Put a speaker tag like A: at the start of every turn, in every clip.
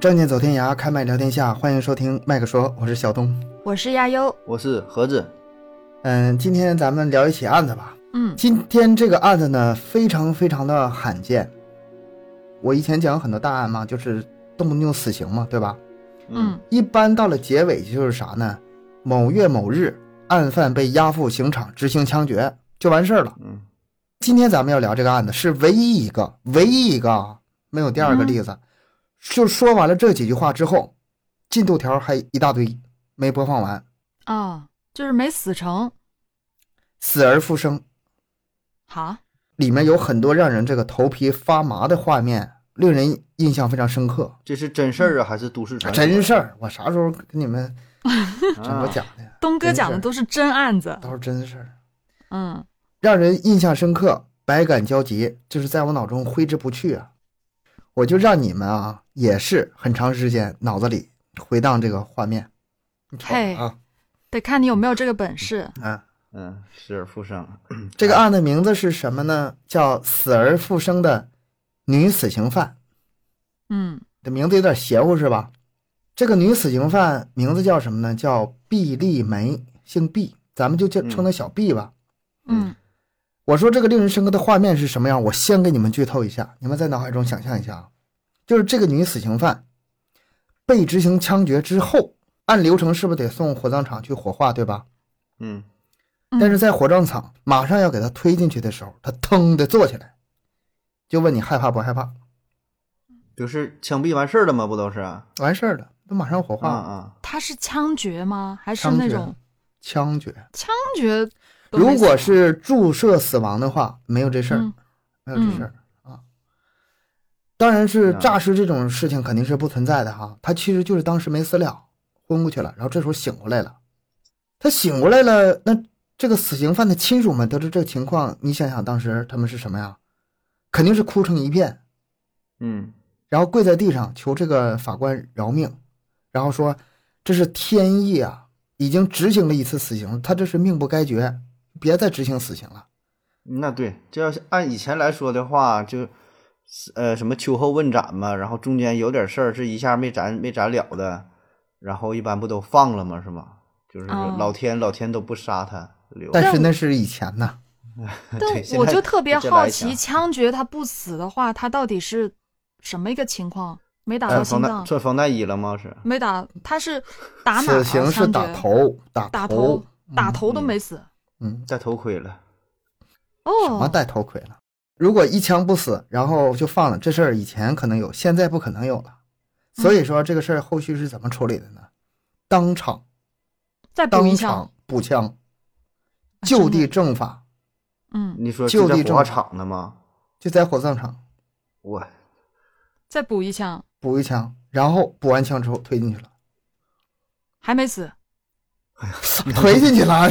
A: 仗剑走天涯，开麦聊天下，欢迎收听麦克说，我是小东。
B: 我是亚优，
C: 我是盒子，
A: 嗯，今天咱们聊一起案子吧。
B: 嗯
A: 今天这个案子呢，非常非常的罕见。我以前讲很多大案嘛，就是动不动就死刑嘛，对吧？
B: 嗯，
A: 一般到了结尾就是啥呢？某月某日，案犯被押赴刑场执行枪决，就完事儿了。
C: 嗯，
A: 今天咱们要聊这个案子，是唯一一个，唯一一个啊，没有第二个例
C: 嗯
A: 子。就说完了这几句话之后，进度条还一大堆没播放完，
B: 哦，就是没死成。
A: 死而复生，
B: 好，
A: 里面有很多让人这个头皮发麻的画面，令人印象非常深刻。
C: 这是真事儿啊，还是都市传说？
A: 真事儿，我啥时候跟你们
C: 啊，
A: 整个讲的呀？
B: 东哥
A: 真
B: 讲
A: 事
B: 的
A: 儿
B: 都是真案子。
A: 都是真事儿，
B: 嗯
A: 让人印象深刻，百感交集，就是在我脑中挥之不去啊！我就让你们啊，也是很长时间脑子里回荡这个画面。你瞅
B: 嘿
A: 啊
B: 得看你有没有这个本事。
A: 啊！
C: 嗯，死而复生，嗯
A: 这个案的名字是什么呢？叫《死而复生的女死刑犯》。
B: 嗯
A: 这名字有点邪乎是吧？这个女死刑犯名字叫什么呢？叫毕丽梅，姓毕，咱们就叫
C: 嗯
A: 称她小毕吧。
B: 嗯
A: 我说这个令人深刻的画面是什么样？我先给你们剧透一下，你们在脑海中想象一下啊，就是这个女死刑犯被执行枪决之后，按流程是不是得送火葬场去火化，对吧？
C: 嗯，
B: 嗯
A: 但是在火葬场马上要给她推进去的时候，她腾的坐起来，就问你害怕不害怕？
C: 就是枪毙完事儿了吗？不都是啊
A: 完事儿了，都马上火
C: 啊
A: 化了，
C: 啊，
B: 他是枪决吗？还是
A: 枪
B: 那
A: 决
B: 种
A: 枪决。
B: 枪决都没死成？
A: 如果是注射死亡的话，没有这事儿，
B: 嗯
A: 没有这事儿、啊。当然是
C: 啊
A: 诈尸这种事情肯定是不存在的哈，他其实就是当时没死了，昏过去了，然后这时候醒过来了。他醒过来了，那这个死刑犯的亲属们得知这个情况，你想想当时他们是什么呀？肯定是哭成一片，
C: 嗯
A: 然后跪在地上求这个法官饶命，然后说这是天意啊，已经执行了一次死刑，他这是命不该绝，别再执行死刑了。
C: 那对，这要是按以前来说的话，就呃什么秋后问斩嘛，然后中间有点事儿是一下没斩没斩了的，然后一般不都放了吗？是吗？就是
B: 哦
C: 老天、老天都不杀他，留
A: 但是
B: 但
A: 那是以前呢，
C: 对
B: 但
C: 现
B: 我
C: 在
B: 就特别
C: 现在来
B: 好奇，
C: 讲
B: 枪决他不死的话，他到底是什么一个情
A: 呃
B: 况？没打到
C: 穿
B: 心
C: 防弹
B: 脏，
C: 穿防弹衣了吗？是
B: 没打，他是打哪儿
A: 死
B: 啊？
A: 刑是
B: 枪
A: 打
B: 决，
A: 头，打
B: 打
A: 头
B: 头，，打头都没死。
A: 嗯，
C: 戴头盔了，
A: 什么
B: 哦，
A: 戴头盔了？如果一枪不死，然后就放了，这事儿以前可能有，现在不可能有了。所
B: 嗯
A: 以说这个事儿后续是怎么处理的呢？当场
B: 再补
A: 当
B: 一枪
A: 场。补枪，
B: 啊
A: 就
B: 真的
A: 地正法，
B: 嗯，
C: 你说
A: 就
C: 在
A: 地
C: 火化
A: 正
C: 场呢吗？
A: 就在火葬场
C: 我
B: 再补一枪，
A: 补一枪，然后补完枪之后推进去 了，
B: 还没死。
A: 推进去 了，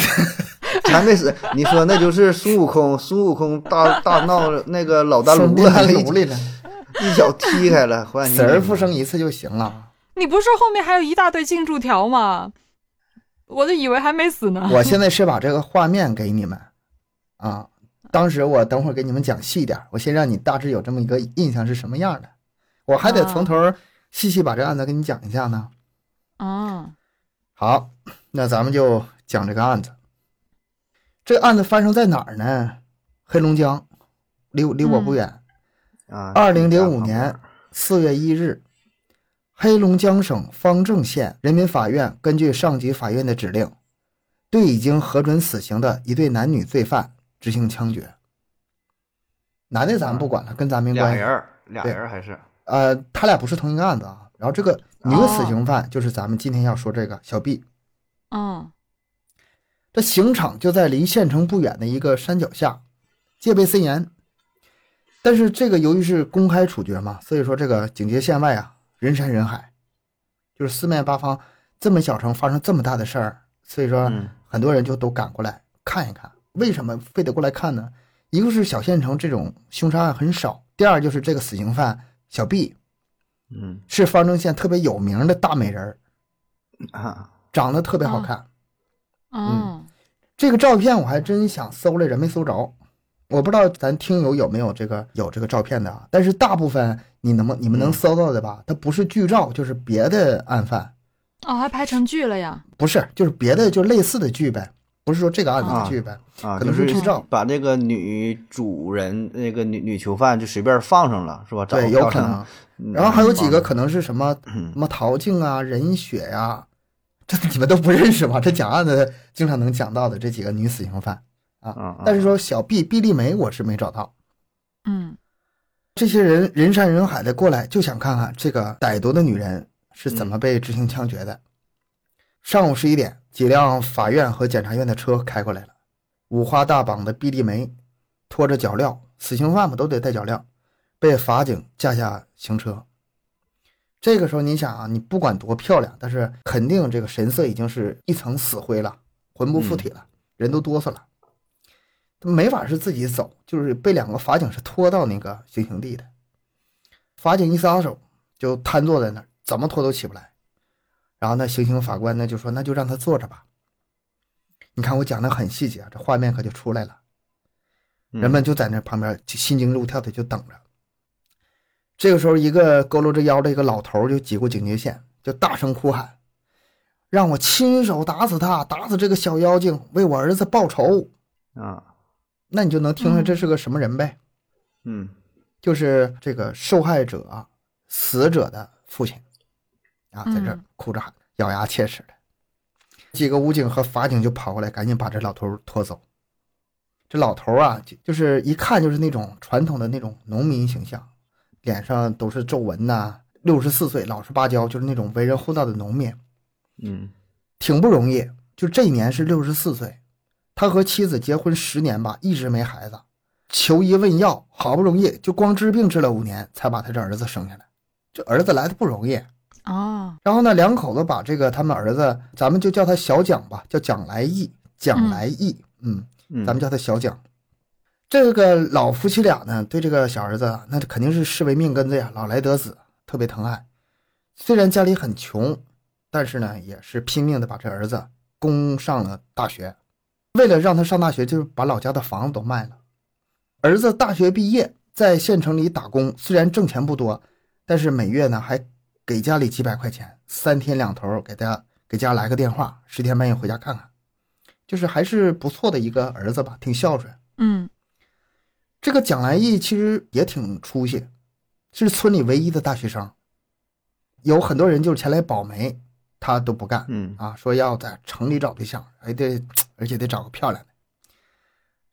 C: 还没死，你说那就是孙悟空，孙悟空大大闹那个老丹
A: 送
C: 炉
A: 进
C: 了，
A: 奴
C: 一
A: 隶了，
C: 一脚踢开了，回来你
A: 死而复生一次就行了。
B: 你不是说后面还有一大堆进度条吗？我就以为还没死 呢。
A: 我现在是把这个画面给你们，啊，当时我等会儿给你们讲细点儿，我先让你大致有这么一个印象是什么样的。我还得从头儿细细把这案子给你讲一下呢。
B: 啊，
A: 好，那咱们就讲这个案子。这个案子发生在哪儿呢？黑龙江，离离我不远。
C: 啊！
A: 二零零五年四月一日，黑龙江省方正县人民法院根据上级法院的指令，对已经核准死刑的一对男女罪犯执行枪决。男的咱们不管了，跟咱没
C: 俩
A: 关系
C: 人。儿，俩
A: 对
C: 人儿还是
A: 呃，他俩不是同一个案子啊。然后这个女死刑犯就是咱们今天要说这个小 B，
B: 嗯
A: 这刑场就在离县城不远的一个山脚下，戒备森严。但是这个由于是公开处决嘛，所以说这个警戒线外啊，人山人海，就是四面八方。这么小城发生这么大的事儿，所以说
C: 嗯
A: 很多人就都赶过来看一看。为什么非得过来看呢？一个是小县城这种凶杀案很少，第二就是这个死刑犯小毕
C: 嗯
A: 是方正县特别有名的大美人儿，
C: 啊，
A: 长得特别好看。
B: 嗯
A: 这个照片我还真想搜来着，没搜着。我不知道咱听友有没有这个有这个照片的啊，但是大部分你能不你们能
C: 嗯
A: 搜到的吧，它不是剧照就是别的案犯，
B: 哦，还拍成剧了呀？
A: 不是就是别的就类似的剧呗，不是说这个案子的
C: 啊
A: 剧呗，可
C: 啊，就
A: 能是
C: 是
A: 剧照。
C: 把这个女主人那个女女囚犯就随便放上了，是吧？找
A: 对，
C: 个
A: 有
C: 漂
A: 可
C: 亮
A: 能。
C: 嗯
A: 然后还有几个
C: 放
A: 可能是什么
C: 嗯
A: 什么陶静啊、任雪呀、这你们都不认识吧？这讲案子经常能讲到的这几个女死刑犯
C: 嗯
A: 啊
C: 嗯，
A: 但是说小毕毕丽梅我是没找到，
B: 嗯
A: 这些人人山人海的过来，就想看看这个歹毒的女人是怎么被执行枪决的。上午十一点，几辆法院和检察院的车开过来了，五花大绑的毕丽梅拖着脚镣，死刑犯嘛都得带脚镣，被法警架下行车。这个时候，你想啊，你不管多漂亮，但是肯定这个神色已经是一层死灰了，魂不附体了，人都哆嗦了，没法是自己走，就是被两个法警是拖到那个行刑地的。法警一撒手，就瘫坐在那儿，怎么拖都起不来。然后那行刑法官呢就说：“那就让他坐着吧。”你看我讲的很细节啊，这画面可就出来了。
C: 嗯
A: 人们就在那旁边就心惊肉跳的就等着。这个时候，一个佝偻着腰的一个老头儿就挤过警戒线，就大声哭喊：“让我亲手打死他，打死这个小妖精，为我儿子报仇！”
C: 啊，
A: 那你就能听出来
B: 嗯
A: 这是个什么人呗，
C: 嗯
A: 就是这个受害者啊、死者的父亲啊，在这儿
B: 嗯
A: 哭着喊，咬牙切齿的。几个武警和法警就跑过来，赶紧把这老头儿拖走。这老头儿啊，就就是一看就是那种传统的那种农民形象，脸上都是皱纹呐、六十四岁，老实巴交，就是那种为人厚道的农民。
C: 嗯
A: 挺不容易，就这一年是六十四岁，他和妻子结婚十年吧，一直没孩子，求医问药，好不容易就光治病治了五年，才把他这儿子生下来。这儿子来的不容易，
B: 哦，
A: 然后呢，两口子把这个他们儿子，咱们就叫他小蒋吧，叫蒋来义，蒋来义，嗯，
C: 嗯，
A: 咱们叫他小蒋。这个老夫妻俩呢，对这个小儿子啊那肯定是视为命根子呀，老来得子，特别疼爱。虽然家里很穷，但是呢，也是拼命的把这儿子供上了大学。为了让他上大学，就是把老家的房子都卖了。儿子大学毕业，在县城里打工，虽然挣钱不多，但是每月呢还给家里几百块钱，三天两头给大家给家来个电话，十天半夜回家看看。就是还是不错的一个儿子吧，挺孝顺。
B: 嗯
A: 这个蒋来义其实也挺出息，是村里唯一的大学生。有很多人就是前来保媒，他都不干
C: 嗯
A: 啊，说要在城里找对象，还得而且得找个漂亮的。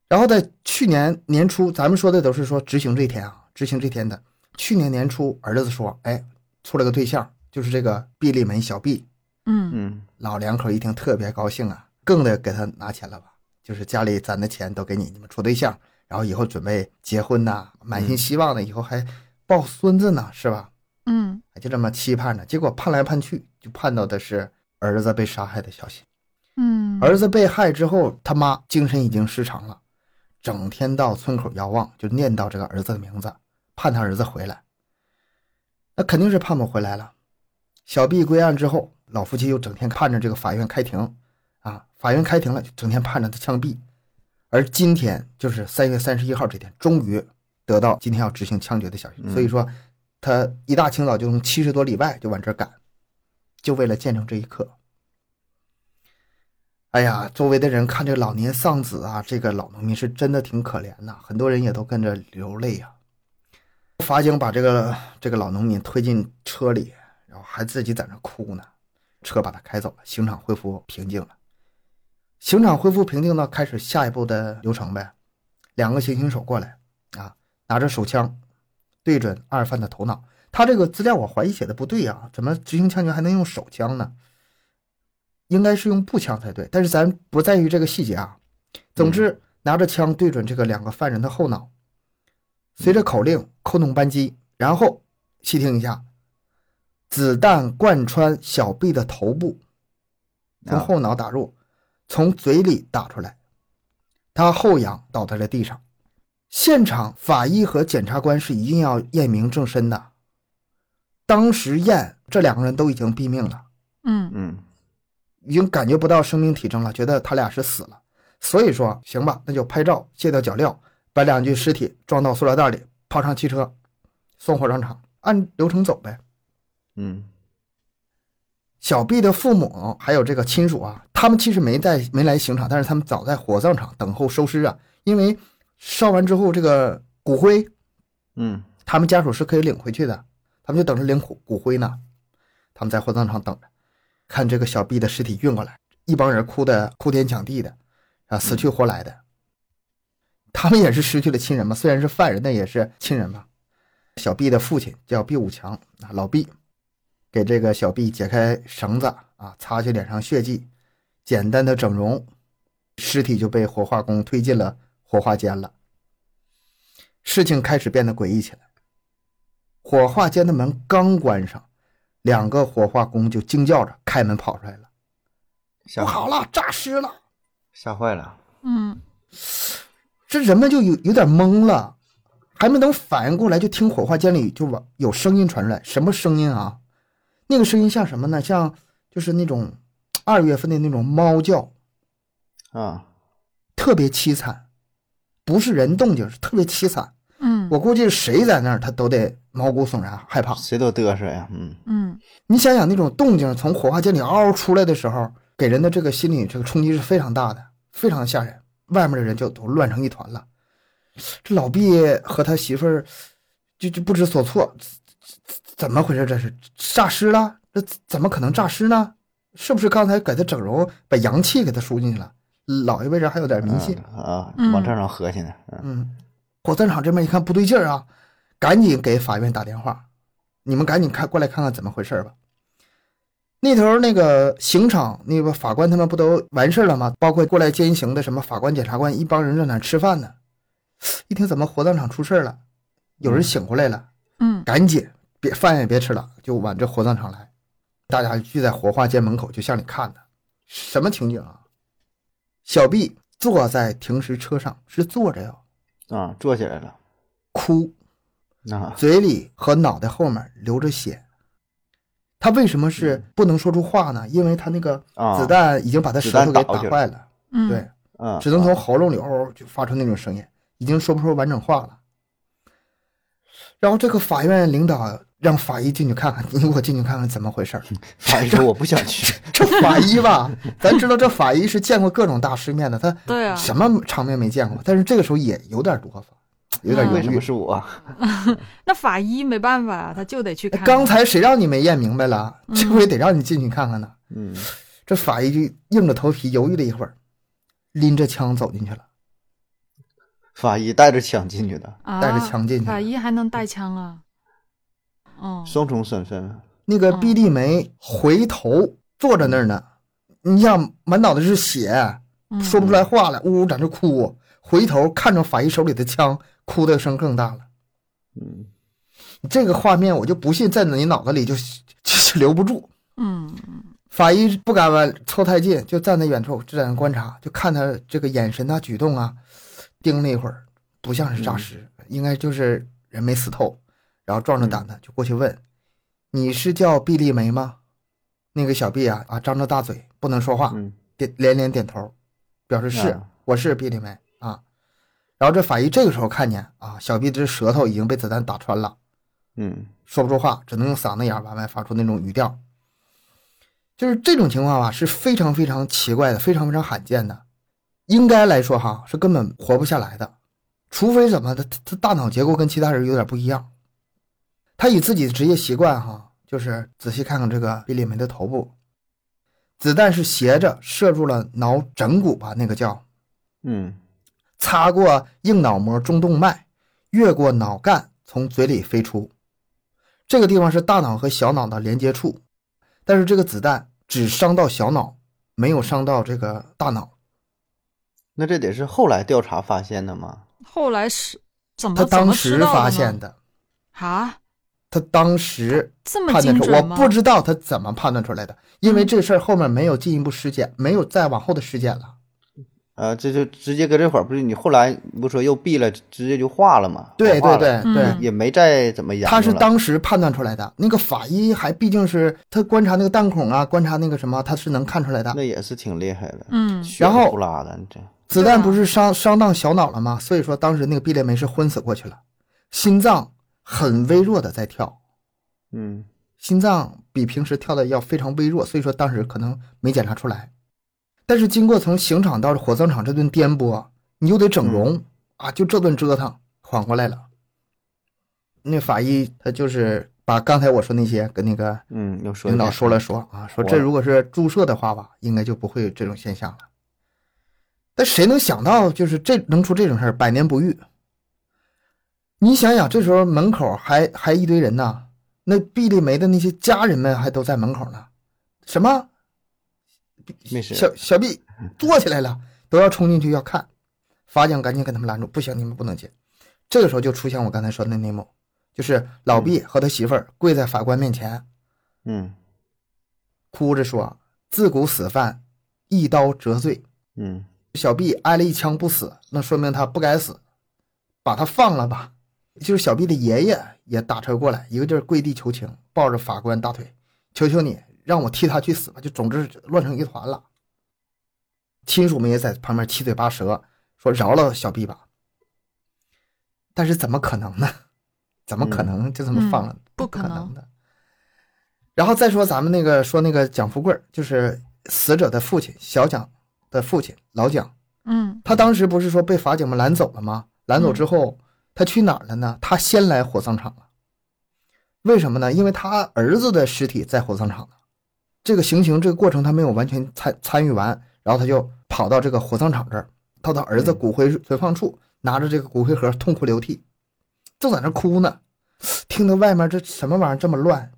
A: 然后在去年年初，咱们说的都是说执行这天啊，执行这天的。去年年初，儿子说：“哎，处了个对象，就是这个毕丽梅小毕。”
B: 嗯
C: 嗯
A: 老两口一听特别高兴啊，更得给他拿钱了吧？就是家里攒的钱都给你，你们处对象，然后以后准备结婚呐、满心希望的，以后还抱孙子呢，是吧？
B: 嗯
A: 还就这么期盼着，结果盼来盼去，就盼到的是儿子被杀害的消息。
B: 嗯，
A: 儿子被害之后，他妈精神已经失常了，整天到村口遥望，就念叨这个儿子的名字，盼他儿子回来。那肯定是盼不回来了。小毕归案之后，老夫妻又整天盼着这个法院开庭，啊，法院开庭了，就整天盼着他枪毙。而今天就是三月三十一号这天，终于得到今天要执行枪决的消息。
C: 嗯
A: 所以说，他一大清早就从七十多里外就往这儿赶，就为了见证这一刻。哎呀，周围的人看这老年丧子啊，这个老农民是真的挺可怜呐，很多人也都跟着流泪呀、法警把这个这个老农民推进车里，然后还自己在那哭呢。车把他开走了，刑场恢复平静了。刑场恢复平静呢，开始下一步的流程呗。两个行刑手过来啊，拿着手枪对准二犯的头脑。他这个资料我怀疑写的不对啊，怎么执行枪决还能用手枪呢？应该是用步枪才对，但是咱不在于这个细节啊。总之，拿着枪对准这个两个犯人的后脑，随着口令扣动扳机，然后细听一下，子弹贯穿小臂的头部，从
C: 啊
A: 后脑打入，从嘴里打出来，他后仰倒在了地上。现场法医和检察官是一定要验明正身的。当时验这两个人都已经毙命了，
B: 嗯
C: 嗯
A: 已经感觉不到生命体征了，觉得他俩是死了。所以说，行吧，那就拍照、卸掉脚镣、把两具尸体装到塑料袋里，抛上汽车，送火葬场，按流程走呗。
C: 嗯
A: 小 B 的父母还有这个亲属啊，他们其实没在没来刑场，但是他们早在火葬场等候收尸啊，因为烧完之后这个骨灰
C: 嗯
A: 他们家属是可以领回去的，他们就等着领骨骨灰呢。他们在火葬场等着，看这个小 B 的尸体运过来，一帮人哭的哭天抢地的，啊，死去活来的。他们也是失去了亲人嘛，虽然是犯人，但也是亲人嘛。小 B 的父亲叫毕武强，啊，老毕，给这个小 B 解开绳子啊，擦去脸上血迹，简单的整容，尸体就被火化工推进了火化间了。事情开始变得诡异起来。火化间的门刚关上，两个火化工就惊叫着开门跑出来了，
C: 吓
A: 不好了，诈尸了！
C: 吓坏了，
B: 嗯，
A: 这人们就有有点懵了，还没等反应过来，就听火化间里就往有声音传出来，什么声音啊？那个声音像什么呢？像就是那种二月份的那种猫叫，
C: 啊
A: 特别凄惨，不是人动静，是特别凄惨。
B: 嗯
A: 我估计谁在那儿，他都得毛骨悚然，害怕。
C: 谁都嘚瑟呀，嗯
B: 嗯
A: 你想想那种动静从火化间里嗷嗷出来的时候，给人的这个心理这个冲击是非常大的，非常吓人。外面的人就都乱成一团了。这老毕和他媳妇儿就就不知所措，怎么回事？这是诈尸了？这怎么可能诈尸呢？是不是刚才给他整容，把阳气给他输进去了？老一辈人还有点迷信。
C: 嗯啊，
B: 嗯
C: 往正上合现在，嗯
A: 嗯，火葬场这边一看不对劲儿啊，赶紧给法院打电话，你们赶紧看过来看看怎么回事儿吧。那头那个刑场那个法官他们不都完事儿了吗？包括过来监刑的什么法官、检察官，一帮人在那吃饭呢。一听怎么火葬场出事儿了，有人醒过来了，
B: 嗯
A: 赶紧别饭也别吃了，就往这火葬场来。大家聚在火化间门口就向里看的，什么情景啊？小 B 坐在停尸车上，是坐着呀，
C: 啊，坐起来了，
A: 哭，
C: 啊
A: 嘴里和脑袋后面流着血。他为什么是不能说出话呢？因为他那个
C: 啊，
A: 子弹已经把他舌头给打坏了，
B: 嗯，
A: 对，
C: 嗯，
A: 只能从喉咙里嗷嗷就发出那种声音，已经说不出完整话了。然后这个法院领导让法医进去看看，你给我进去看看怎么回事儿。
C: 法医说我不想去，
A: 这法医吧，咱知道这法医是见过各种大世面的，他
B: 对啊，
A: 什么场面没见过，但是这个时候也有点哆嗦， 有点
B: 嗯
A: 犹
C: 为什
A: 豫
C: 么。是我？
B: 那法医没办法啊呀，他就得去看。
A: 刚才谁让你没验明白了？
B: 嗯
A: 这回得让你进去看看呢。
C: 嗯
A: 这法医就硬着头皮犹豫了一会儿，拎着枪走进去了，
C: 法医带着枪进去的，
B: 啊
A: 带着枪进去嗯了。
B: 法医还能带枪啊？哦，
C: 双重身份，
A: 那个
B: 嗯
A: 毕丽梅回头坐在那儿呢，你想满脑袋是血，
B: 嗯
A: 说不出来话来，呜呜在那哭。回头看着法医手里的枪，哭的声更大了。
C: 嗯
A: 这个画面我就不信在你脑子里就 就留不住。
B: 嗯
A: 法医不敢往凑太近，就站在远处，就在那观察，就看他这个眼神啊、举动啊，盯了一会儿，不像是诈尸，
C: 嗯
A: 应该就是人没死透，然后壮着胆子就过去问：“你是叫毕丽梅吗？”那个小毕啊啊，张着大嘴不能说话，
C: 嗯，
A: 点连连点头，表示是、
C: 啊
A: 我是毕丽梅啊。然后这法医这个时候看见啊，小毕这舌头已经被子弹打穿了。
C: 嗯
A: 说不出话，只能用嗓子眼儿往外发出那种语调。就是这种情况啊，是非常非常奇怪的，非常非常罕见的。应该来说哈，是根本活不下来的，除非怎么的，他他大脑结构跟其他人有点不一样。他以自己的职业习惯哈，就是仔细看看这个比利梅的头部，子弹是斜着射入了脑枕骨吧，那个叫，
C: 嗯
A: 擦过硬脑膜中动脉，越过脑干，从嘴里飞出。这个地方是大脑和小脑的连接处，但是这个子弹只伤到小脑，没有伤到这个大脑。
C: 那这得是后来调查发现的吗？
B: 后来是怎么
A: 他
B: 怎
A: 当
B: 么知
A: 时
B: 道的
A: 发
B: 呢
A: 现的，
B: 啊？
A: 他当时
B: 这么
A: 判
B: 精
A: 断出，我
B: 准吗？
A: 不知道他怎么判断出来的，因为这事儿后面没有进一步尸检，没有再往后的尸检了。
C: 呃，这就直接搁这会儿不是你后来你不说又毙了，直接就化了吗？
A: 对
C: 火化
A: 对
C: 了
A: 对
B: 嗯
A: 对，
C: 也没再怎么研究了。
A: 他是当时判断出来的。那个法医还毕竟是他观察那个弹孔啊，观察那个什么，他是能看出来的。
C: 那也是挺厉害的，
B: 嗯
C: 血
A: 然
C: 都
A: 后
C: 不拉的，你这
A: 子弹不是伤伤到小脑了吗？所以说当时那个毕列梅是昏死过去了，心脏很微弱的在跳，
C: 嗯
A: 心脏比平时跳的要非常微弱，所以说当时可能没检查出来。但是经过从刑场到火葬场这顿颠簸，你又得整容、啊，就这顿折腾缓过来了。那法医他就是把刚才我说那些跟那个
C: 嗯，又说
A: 领导
C: 点
A: 说了说啊，说这如果是注射的话吧，应该就不会有这种现象了。但谁能想到，就是这能出这种事儿，百年不遇。你想想，这时候门口还还一堆人呢，那毕丽梅的那些家人们还都在门口呢。什么
C: 没事，
A: 小小毕坐起来了，都要冲进去要看。法警赶紧给他们拦住，不行，你们不能进。这个时候就出现我刚才说的内幕，就是老毕和他媳妇儿跪在法官面前，
C: 嗯
A: 哭着说：“自古死犯，一刀折罪。
C: 嗯
A: 小毕挨了一枪不死，那说明他不该死，把他放了吧。”就是小毕的爷爷也打车过来，一个劲儿跪地求情，抱着法官大腿，求求你让我替他去死吧！就总之乱成一团了。亲属们也在旁边七嘴八舌说饶了小毕吧。但是怎么可能呢？怎么可能就这么放了？
B: 不
A: 可
B: 可
A: 能
B: 能
A: 的。然后再说咱们那个说那个蒋富贵儿，就是死者的父亲小蒋的父亲老蒋，
B: 嗯
A: 他当时不是说被法警们拦走了吗？拦走之
C: 嗯
A: 后，他去哪儿了呢？他先来火葬场了。为什么呢？因为他儿子的尸体在火葬场呢。这个行刑这个过程他没有完全参参与完，然后他就跑到这个火葬场这儿，到他儿子骨灰存放处，
C: 嗯
A: 拿着这个骨灰盒痛哭流涕，正在那哭呢。听到外面这什么玩意儿这么乱，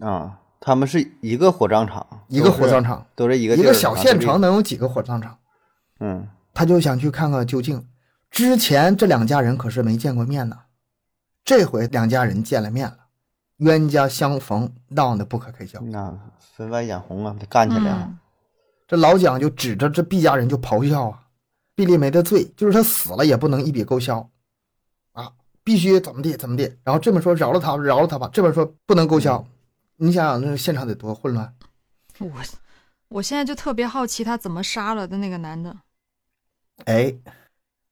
C: 啊，他们是一个火葬场，
A: 一个火葬场，
C: 都是一个
A: 一
C: 地儿
A: 个小县城，能有几个火葬场？
C: 啊都是嗯
A: 他就想去看看究竟。之前这两家人可是没见过面呢，这回两家人见了面了，冤家相逢，闹得不可开交。
C: 那分外眼红啊，得干起来啊，
B: 嗯
A: 这老蒋就指着这毕家人就咆哮啊，毕丽梅的罪就是她死了也不能一笔勾销，啊，必须怎么地怎么地。然后这边说饶了他吧，饶了他吧，这边说不能勾销。你想想，那现场得多混乱！
B: 我我现在就特别好奇他怎么杀了的那个男的。
A: 哎，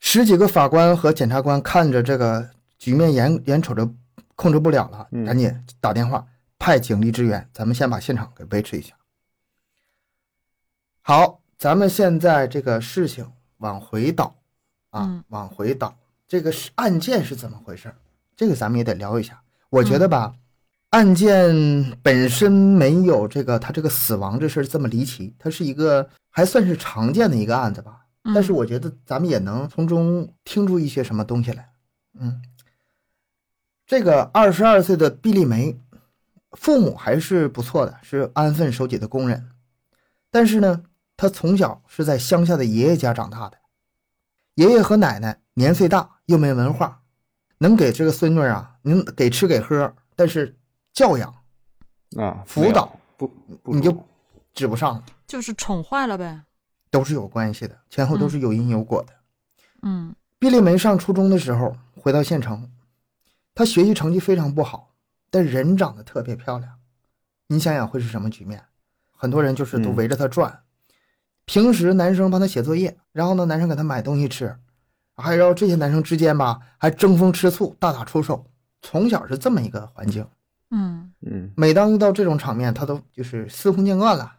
A: 十几个法官和检察官看着这个局面眼眼瞅着控制不了了，
C: 嗯
A: 赶紧打电话派警力支援，咱们先把现场给维持一下。好，咱们现在这个事情往回倒啊，
B: 嗯
A: 往回倒，这个是案件是怎么回事儿？这个咱们也得聊一下。我觉得吧，案件本身没有这个他这个死亡这事儿这么离奇，它是一个还算是常见的一个案子吧。
B: 嗯
A: 但是我觉得咱们也能从中听出一些什么东西来。嗯，这个二十二岁的毕丽梅，父母还是不错的，是安分守己的工人。但是呢，她从小是在乡下的爷爷家长大的，爷爷和奶奶年岁大又没文化，能给这个孙女儿啊，能给吃给喝，但是教养
B: 嗯
C: 啊，
A: 辅导
C: 不不
A: 你就
C: 主
A: 指不上了，
B: 就是宠坏了呗。
A: 都是有关系的，前后都是有因有果的。
B: 嗯
A: 毕丽梅上初中的时候回到县城，她学习成绩非常不好，但人长得特别漂亮。你想想会是什么局面？很多人就是都
C: 嗯
A: 围着她转。平时男生帮她写作业，然后呢，男生给她买东西吃，还有这些男生之间吧，还争风吃醋，大打出手。从小是这么一个环境。
B: 嗯
C: 嗯
A: 每当遇到这种场面，他都就是司空见惯了，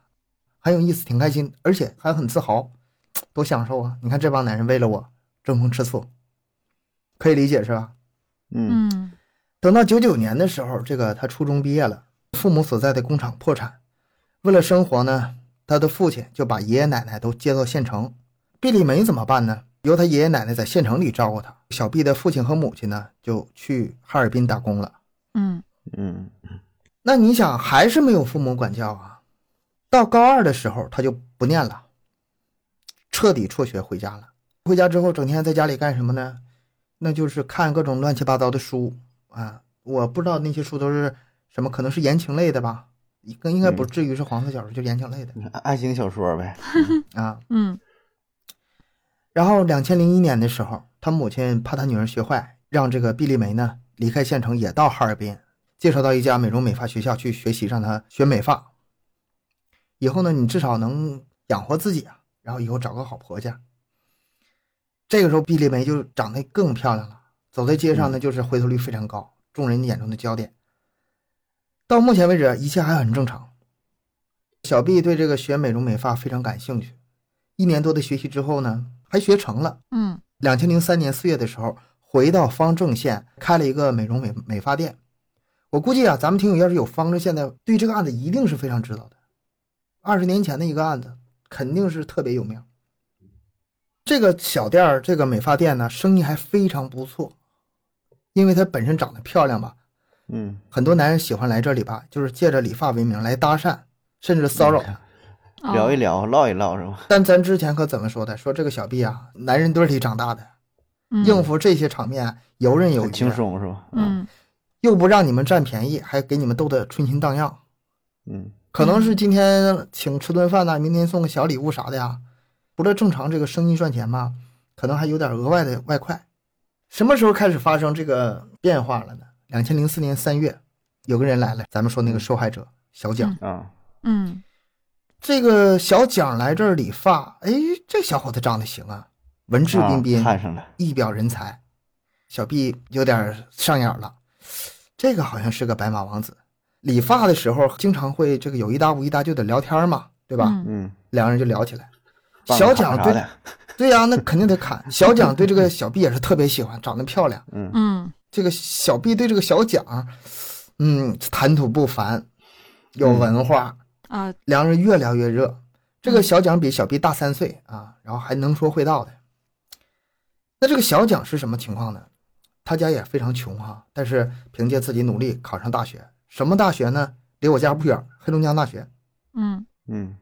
A: 很有意思，挺开心，而且还很自豪，多享受啊！你看这帮男人为了我争风吃醋，可以理解是吧？
C: 嗯
B: 嗯
A: 等到九九年的时候，这个他初中毕业了，父母所在的工厂破产，为了生活呢，他的父亲就把爷爷奶奶都接到县城。毕丽梅怎么办呢？由他爷爷奶奶在县城里照顾他。小毕的父亲和母亲呢，就去哈尔滨打工了。
B: 嗯
C: 嗯
A: 那你想，还是没有父母管教啊？到高二的时候，他就不念了，彻底辍学回家了。回家之后，整天在家里干什么呢？那就是看各种乱七八糟的书啊。我不知道那些书都是什么，可能是言情类的吧，更应该不
C: 嗯
A: 至于是黄色小说，就言情类的
C: 爱爱情小说呗，
A: 啊。
B: 嗯
A: 然后，两千零一年的时候，他母亲怕他女儿学坏，让这个毕丽梅呢离开县城，也到哈尔滨，介绍到一家美容美发学校去学习，让她学美发。以后呢，你至少能养活自己啊，然后以后找个好婆家。这个时候，毕丽梅就长得更漂亮了，走在街上呢，就是回头率非常高，众人眼中的焦点。到目前为止，一切还很正常。小毕对这个学美容美发非常感兴趣，一年多的学习之后呢，还学成了。
B: 嗯
A: 两千零三年四月的时候，回到方正县开了一个美容美美发店。我估计啊，咱们听友要是有方正县的，对这个案子一定是非常知道的。二十年前的一个案子，肯定是特别有名。这个小店儿，这个美发店呢，生意还非常不错，因为她本身长得漂亮吧，
C: 嗯，
A: 很多男人喜欢来这里吧，就是借着理发为名来搭讪，甚至骚扰她。
B: 啊
C: 聊一聊，唠一唠是吧？
A: 但咱之前可怎么说的？说这个小毕啊，男人堆里长大的，
B: 嗯
A: 应付这些场面游刃有余
C: 很
A: 啊，
C: 轻松是吧？
B: 嗯
A: 又不让你们占便宜，还给你们逗得春心荡漾。
C: 嗯
A: 可能是今天请吃顿饭呐、明天送个小礼物啥的呀。除了正常这个生意赚钱嘛，可能还有点额外的外快。什么时候开始发生这个变化了呢？两千零四年三月，有个人来了，咱们说那个受害者小蒋。
C: 嗯啊，
B: 嗯
A: 这个小蒋来这儿理发，哎，这小伙子长得行啊，文质彬彬，
C: 啊看上了，
A: 一表人才。小毕有点上眼了，这个好像是个白马王子。理发的时候经常会这个有一搭无一搭就得聊天嘛，对吧？
B: 嗯
C: 嗯，
A: 两人就聊起来。
C: 办
A: 小
C: 个
A: 蒋
C: 卡啥
A: 对
C: 的，
A: 对呀、那肯定得砍。小蒋对这个小毕也是特别喜欢，长得漂亮。
C: 嗯
B: 嗯
A: 这个小毕对这个小蒋，嗯，谈吐不凡，有文化。
B: 啊
A: 两人越聊越热。这个小蒋比小毕大三岁啊，然后还能说会道的。那这个小蒋是什么情况呢？他家也非常穷哈、但是凭借自己努力考上大学，什么大学呢？离我家不远，黑龙江大学
B: 嗯，
C: 嗯，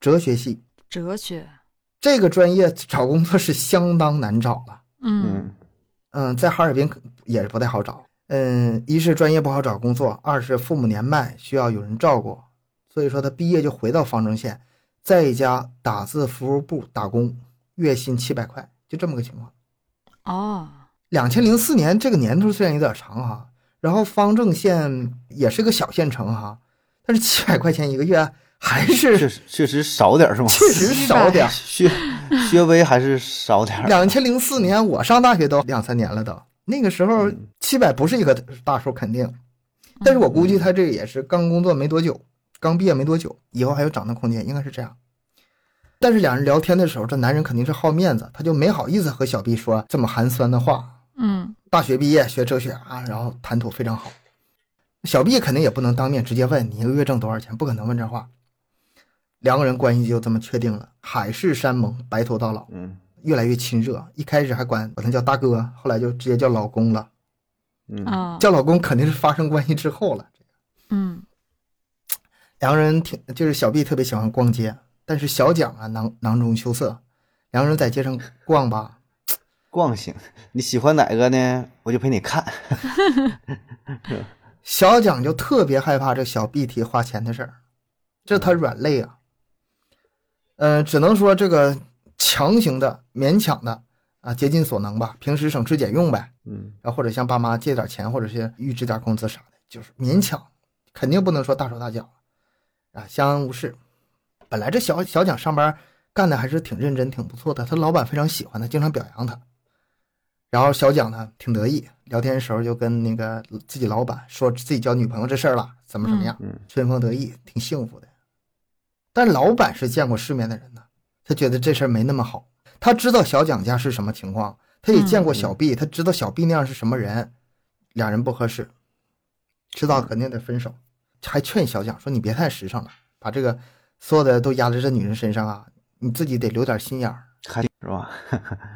A: 哲学系。
B: 哲学，
A: 这个专业找工作是相当难找了。
B: 嗯
C: 嗯
A: 嗯，在哈尔滨可也是不太好找。嗯，一是专业不好找工作，二是父母年迈需要有人照顾，所以说他毕业就回到方正县，在一家打字服务部打工，月薪七百块，就这么个情况。
B: 哦，
A: 两千零四年这个年头虽然有点长哈，然后方正县也是个小县城哈，但是七百块钱一个月还是
C: 确实确实少点儿是吗？
A: 确实少点儿。
C: 薛薛微还是少点儿，
A: 两千零四年我上大学都两三年了都，那个时候
C: 嗯
A: 七百不是一个大数肯定，但是我估计他这也是刚工作没多久，刚毕业没多久，以后还有涨的空间，应该是这样。但是两人聊天的时候，这男人肯定是好面子，他就没好意思和小 B 说这么寒酸的话。
B: 嗯
A: 大学毕业学哲学啊，然后谈吐非常好。小 B 肯定也不能当面直接问你一个月挣多少钱，不可能问这话。两个人关系就这么确定了，海誓山盟，白头到老。
C: 嗯
A: 越来越亲热，一开始还管管他叫大哥，后来就直接叫老公了。
C: 嗯
B: 啊
A: 叫老公肯定是发生关系之后了。
B: 嗯
A: 两个人挺就是小 B 特别喜欢逛街，但是小蒋啊囊囊中羞涩，两个人在街上逛吧，
C: 逛行，你喜欢哪个呢？我就陪你看，
A: 小蒋就特别害怕这小 B 提花钱的事儿，这他软肋啊。呃，只能说这个强行的、勉强的啊，竭尽所能吧，平时省吃俭用呗。
C: 嗯
A: 然后或者向爸妈借点钱，或者是预支点工资啥的，就是勉强，肯定不能说大手大脚啊，相安无事。本来这小小蒋上班干的还是挺认真、挺不错的，他老板非常喜欢他，经常表扬他。然后小蒋呢挺得意，聊天的时候就跟那个自己老板说自己交女朋友这事儿了，怎么怎么样，
C: 嗯嗯
A: 春风得意，挺幸福的。但老板是见过世面的人呢，他觉得这事儿没那么好，他知道小蒋家是什么情况，他也见过小 B，、他知道小 B 那样是什么人，俩人不合适，迟早肯定得分手。还劝小蒋说：“你别太实诚了，把这个所有的都压在这女人身上啊，你自己得留点心眼儿。
C: 还是吧？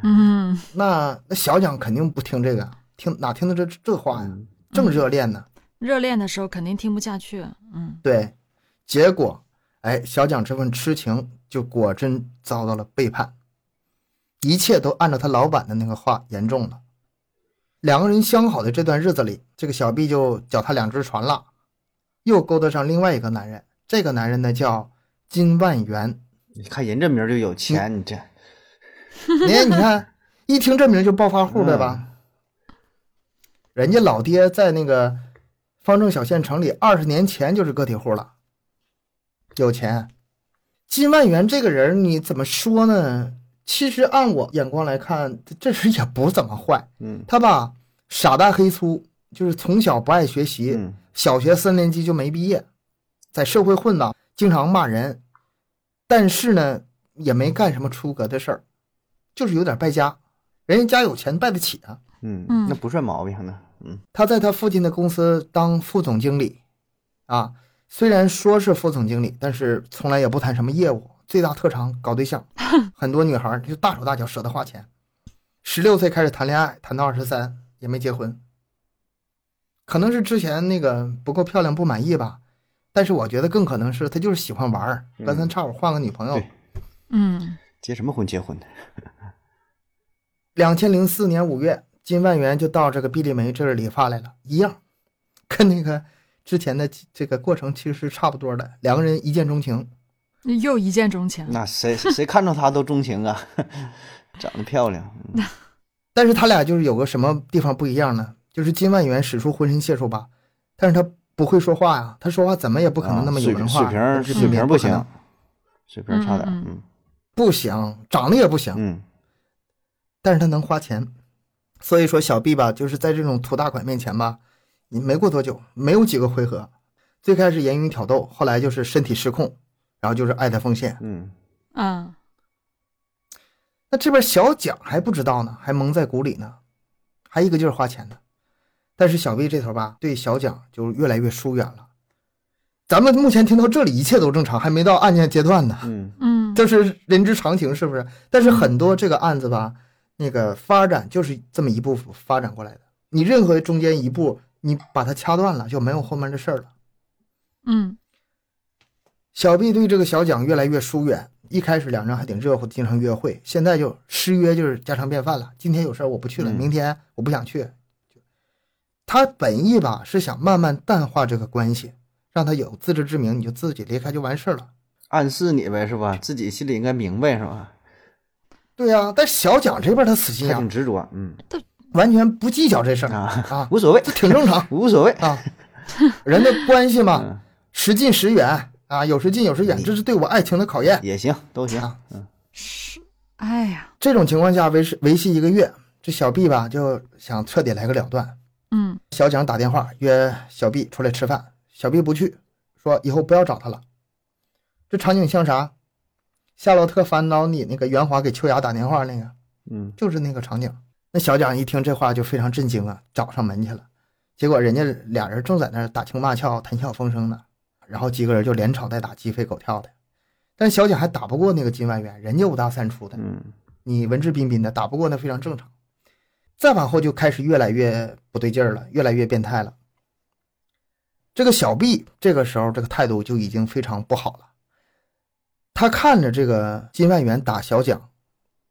B: 嗯，
A: 那”那小蒋肯定不听这个，啊听哪听得这这话呀？
C: 嗯
A: 正热恋呢，
B: 热恋的时候肯定听不下去，嗯
A: 对，结果，哎，小蒋这份痴情就果真遭到了背叛，一切都按照他老板的那个话严重了。两个人相好的这段日子里，这个小 B 就脚踏两只船了，又勾搭上另外一个男人。这个男人呢叫金万元，
C: 你看人这名儿就有钱，你这
A: 你看，你看，一听这名就暴发户，对吧？人家老爹在那个方正小县城里，二十年前就是个体户了，有钱。金万元这个人，你怎么说呢？其实按我眼光来看，这人也不怎么坏。
C: 嗯
A: 他吧，傻大黑粗，就是从小不爱学习，
C: 嗯
A: 小学三年级就没毕业，在社会混荡，经常骂人，但是呢，也没干什么出格的事儿，就是有点败家。人家家有钱，败得起啊。
C: 嗯
B: 嗯
C: 那不算毛病呢。嗯
A: 他在他父亲的公司当副总经理，啊，虽然说是副总经理，但是从来也不谈什么业务，最大特长搞对象，很多女孩儿就大手大脚舍得花钱。十六岁开始谈恋爱，谈到二十三也没结婚，可能是之前那个不够漂亮不满意吧，但是我觉得更可能是他就是喜欢玩儿，隔三差五换个女朋友
C: 对。
B: 嗯
C: 结什么婚？结婚的。
A: 两千零四年五月，金万元就到这个毕丽梅这儿理发来了，一样，跟那个之前的这个过程其实是差不多的。两个人一见钟情，
B: 又一见钟情。
C: 那 谁谁看着她都钟情啊， 长得漂亮。嗯
A: 但是他俩就是有个什么地方不一样呢？就是金万元使出浑身解数吧，但是他不会说话呀、他说话怎么也不可能那么有
C: 啊水
A: 人
C: 平
A: 话，
C: 水平
A: 这
C: 水平
A: 不
C: 不
A: 可能
C: 行，水平差点儿。
B: 嗯
C: 嗯
A: 不行，长得也不行，
C: 嗯
A: 但是他能花钱，所以说小毕吧，就是在这种土大款面前吧，你没过多久，没有几个回合，最开始言语挑逗，后来就是身体失控，然后就是爱的奉献。
C: 嗯
B: 嗯
A: 那这边小蒋还不知道呢，还蒙在鼓里呢，还一个劲儿花钱呢。但是小 B 这头吧，对小蒋就越来越疏远了。咱们目前听到这里，一切都正常，还没到案件阶段呢，
C: 嗯
B: 嗯
A: 这是人之常情，是不是？但是很多这个案子吧，那个发展就是这么一步步发展过来的。你任何中间一步，你把它掐断了，就没有后面的事儿了。
B: 嗯
A: 小 B 对这个小蒋越来越疏远。一开始两人还挺热乎，经常约会，现在就失约就是家常便饭了。今天有事儿我不去了，
C: 嗯
A: 明天我不想去。就他本意吧是想慢慢淡化这个关系，让他有自知之明，你就自己离开就完事儿了。
C: 暗示你呗，是吧？自己心里应该明白，是吧？
A: 对呀、但小蒋这边他死心
C: 还
A: 眼
C: 挺，执着，嗯
A: 完全不计较这事儿
C: 啊，
A: 啊，
C: 无所谓
A: 这，挺正常
C: 无所谓。
A: 啊。人的关系嘛，
C: 嗯，
A: 时近时远啊，有时近有时远，这是对我爱情的考验。
C: 也行，都行。
A: 啊
C: 嗯
B: 是，哎呀，
A: 这种情况下维持维系一个月，这小 B 吧就想彻底来个了断。
B: 嗯
A: 小蒋打电话约小 B 出来吃饭，小 B 不去，说以后不要找他了。这场景像啥？夏洛特烦恼里那个袁华给秋雅打电话那个，
C: 嗯
A: 就是那个场景。那小蒋一听这话就非常震惊啊，找上门去了。结果人家俩人正在那儿打情骂俏、谈笑风生呢，然后几个人就连吵带打，鸡飞狗跳的。但小蒋还打不过那个金万元，人家五大三粗的，
C: 嗯
A: 你文质彬彬的，打不过那非常正常。再往后就开始越来越不对劲儿了，越来越变态了。这个小 B 这个时候这个态度就已经非常不好了。他看着这个金万元打小蒋，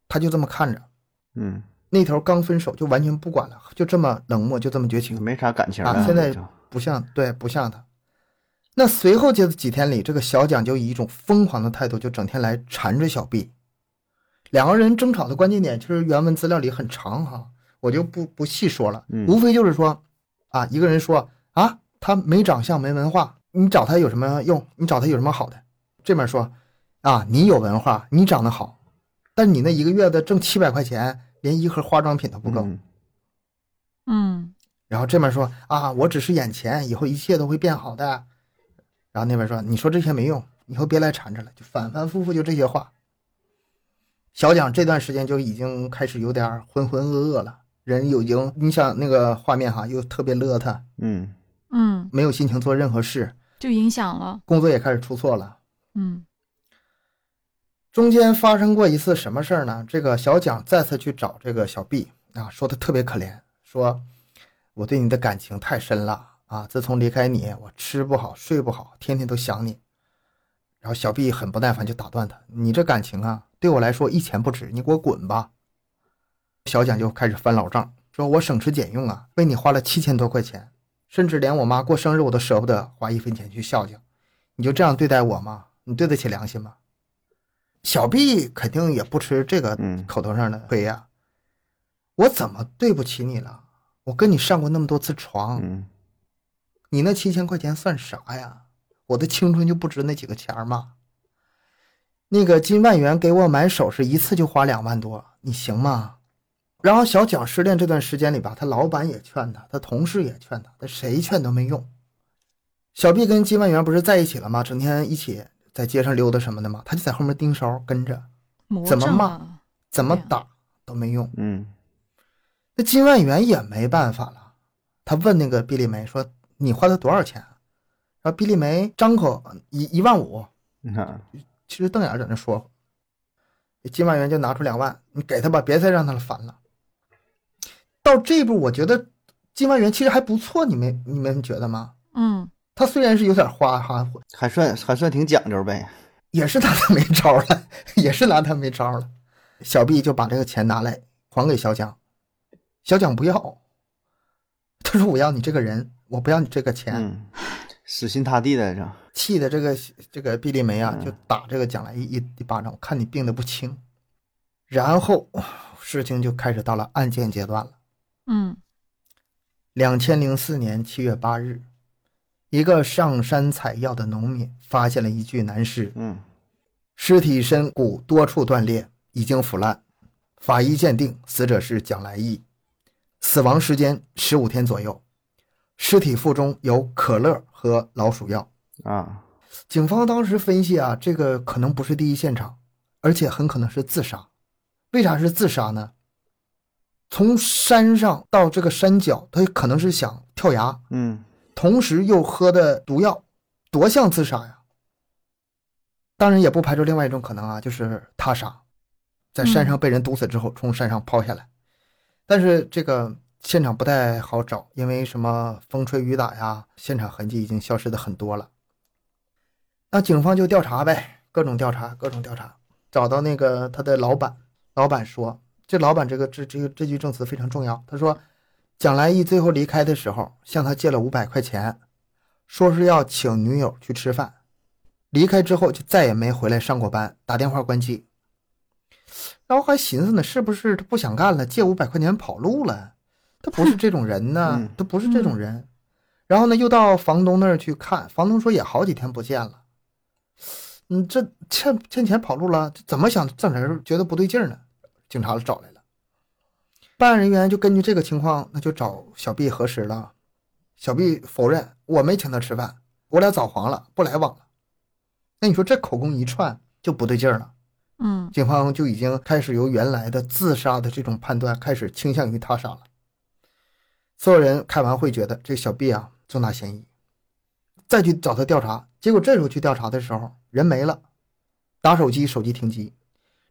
A: 他就这么看着，
C: 嗯，
A: 那头刚分手就完全不管了，就这么冷漠，就这么绝情。
C: 嗯没啥感情
A: 啊
C: 了。
A: 现在
C: 就
A: 不像，对，不像他。那随后这几天里，这个小蒋就以一种疯狂的态度，就整天来缠着小 B。两个人争吵的关键点，其实原文资料里很长哈，我就不不细说了，
C: 嗯
A: 无非就是说，啊，一个人说啊，他没长相，没文化，你找他有什么用？你找他有什么好的？这边说，啊，你有文化，你长得好，但你那一个月的挣七百块钱，连一盒化妆品都不够。
C: 嗯
B: 嗯
A: 然后这边说啊，我只是眼前，以后一切都会变好的。然后那边说，你说这些没用，以后别来缠着了，就反反复复就这些话。小蒋这段时间就已经开始有点浑浑噩噩了，人已经，你想那个画面哈，又特别邋遢，
C: 嗯，
B: 嗯，
A: 没有心情做任何事，
B: 就影响了。
A: 工作也开始出错了。
B: 嗯
A: 中间发生过一次什么事儿呢？这个小蒋再次去找这个小 B 啊，说他特别可怜，说我对你的感情太深了啊，自从离开你，我吃不好睡不好，天天都想你。然后小 B 很不耐烦，就打断他：“你这感情啊，对我来说一钱不值，你给我滚吧。”小蒋就开始翻老账，说我省吃俭用啊，为你花了七千多块钱，甚至连我妈过生日我都舍不得花一分钱去孝敬，你就这样对待我吗？你对得起良心吗？小毕肯定也不吃这个
C: 嗯
A: 口头上的亏呀、我怎么对不起你了？我跟你上过那么多次床，
C: 嗯
A: 你那七千块钱算啥呀？我的青春就不值那几个钱儿吗？那个金万元给我买首饰，一次就花两万多，你行吗？然后小蒋失恋这段时间里吧，他老板也劝他，他同事也劝他，他谁劝都没用。小毕跟金万元不是在一起了吗？整天一起在街上溜达什么的嘛，他就在后面盯梢跟着，
B: 魔
A: 怎么
B: 怔
A: 骂
B: 啊？
A: 怎么
B: 对呀
A: 打都没用。
C: 嗯
A: 那金万元也没办法了，他问那个毕丽梅说：“你花了多少钱啊？”然后毕丽梅张口一一万五，
C: 你看，
A: 其实瞪眼儿在那说。金万元就拿出两万，你给他吧，别再让他烦了。到这步，我觉得金万元其实还不错，你们你们觉得吗？
B: 嗯，
A: 他虽然是有点花哈，
C: 还算还算挺讲究呗。
A: 也是拿他没招儿了，也是拿他没招儿了。小毕就把这个钱拿来还给小蒋，小蒋不要，他说我要你这个人，我不要你这个钱，
C: 嗯，死心塌地的这，
A: 气的这个这个毕丽梅啊，
C: 嗯
A: 就打这个蒋来一一一巴掌，我看你病得不轻。然后事情就开始到了案件阶段了。
B: 嗯，
A: 两千零四年七月八日，一个上山采药的农民发现了一具男尸，
C: 嗯
A: 尸体身骨多处断裂，已经腐烂。法医鉴定，死者是蒋来义，死亡时间十五天左右。尸体腹中有可乐和老鼠药。
C: 啊，
A: 警方当时分析啊，这个可能不是第一现场，而且很可能是自杀。为啥是自杀呢？从山上到这个山脚，他可能是想跳崖，
C: 嗯
A: 同时又喝的毒药，多像自杀呀！当然也不排除另外一种可能啊，就是他杀，在山上被人毒死之后从山上抛下来。但是这个现场不太好找，因为什么风吹雨打呀，现场痕迹已经消失的很多了。那警方就调查呗，各种调查，各种调查，找到那个他的老板。老板说，这老板这个这这个这句证词非常重要。他说，蒋来义最后离开的时候，向他借了五百块钱，说是要请女友去吃饭。离开之后就再也没回来上过班，打电话关机。然后还寻思呢，是不是他不想干了，借五百块钱跑路了？他不是这种人呢
C: 嗯，
A: 他不是这种人。然后呢，又到房东那儿去看，房东说也好几天不见了。嗯，这欠欠钱跑路了，这怎么想这人觉得不对劲儿呢？警察找来了。办案人员就根据这个情况，那就找小毕核实了。小毕否认我没请他吃饭，我俩早黄了，不来往了。那你说这口供一串就不对劲儿了，
B: 嗯，
A: 警方就已经开始由原来的自杀的这种判断开始倾向于他杀了。所有人开完会觉得这小毕啊重大嫌疑，再去找他调查。结果这时候去调查的时候人没了，打手机手机停机，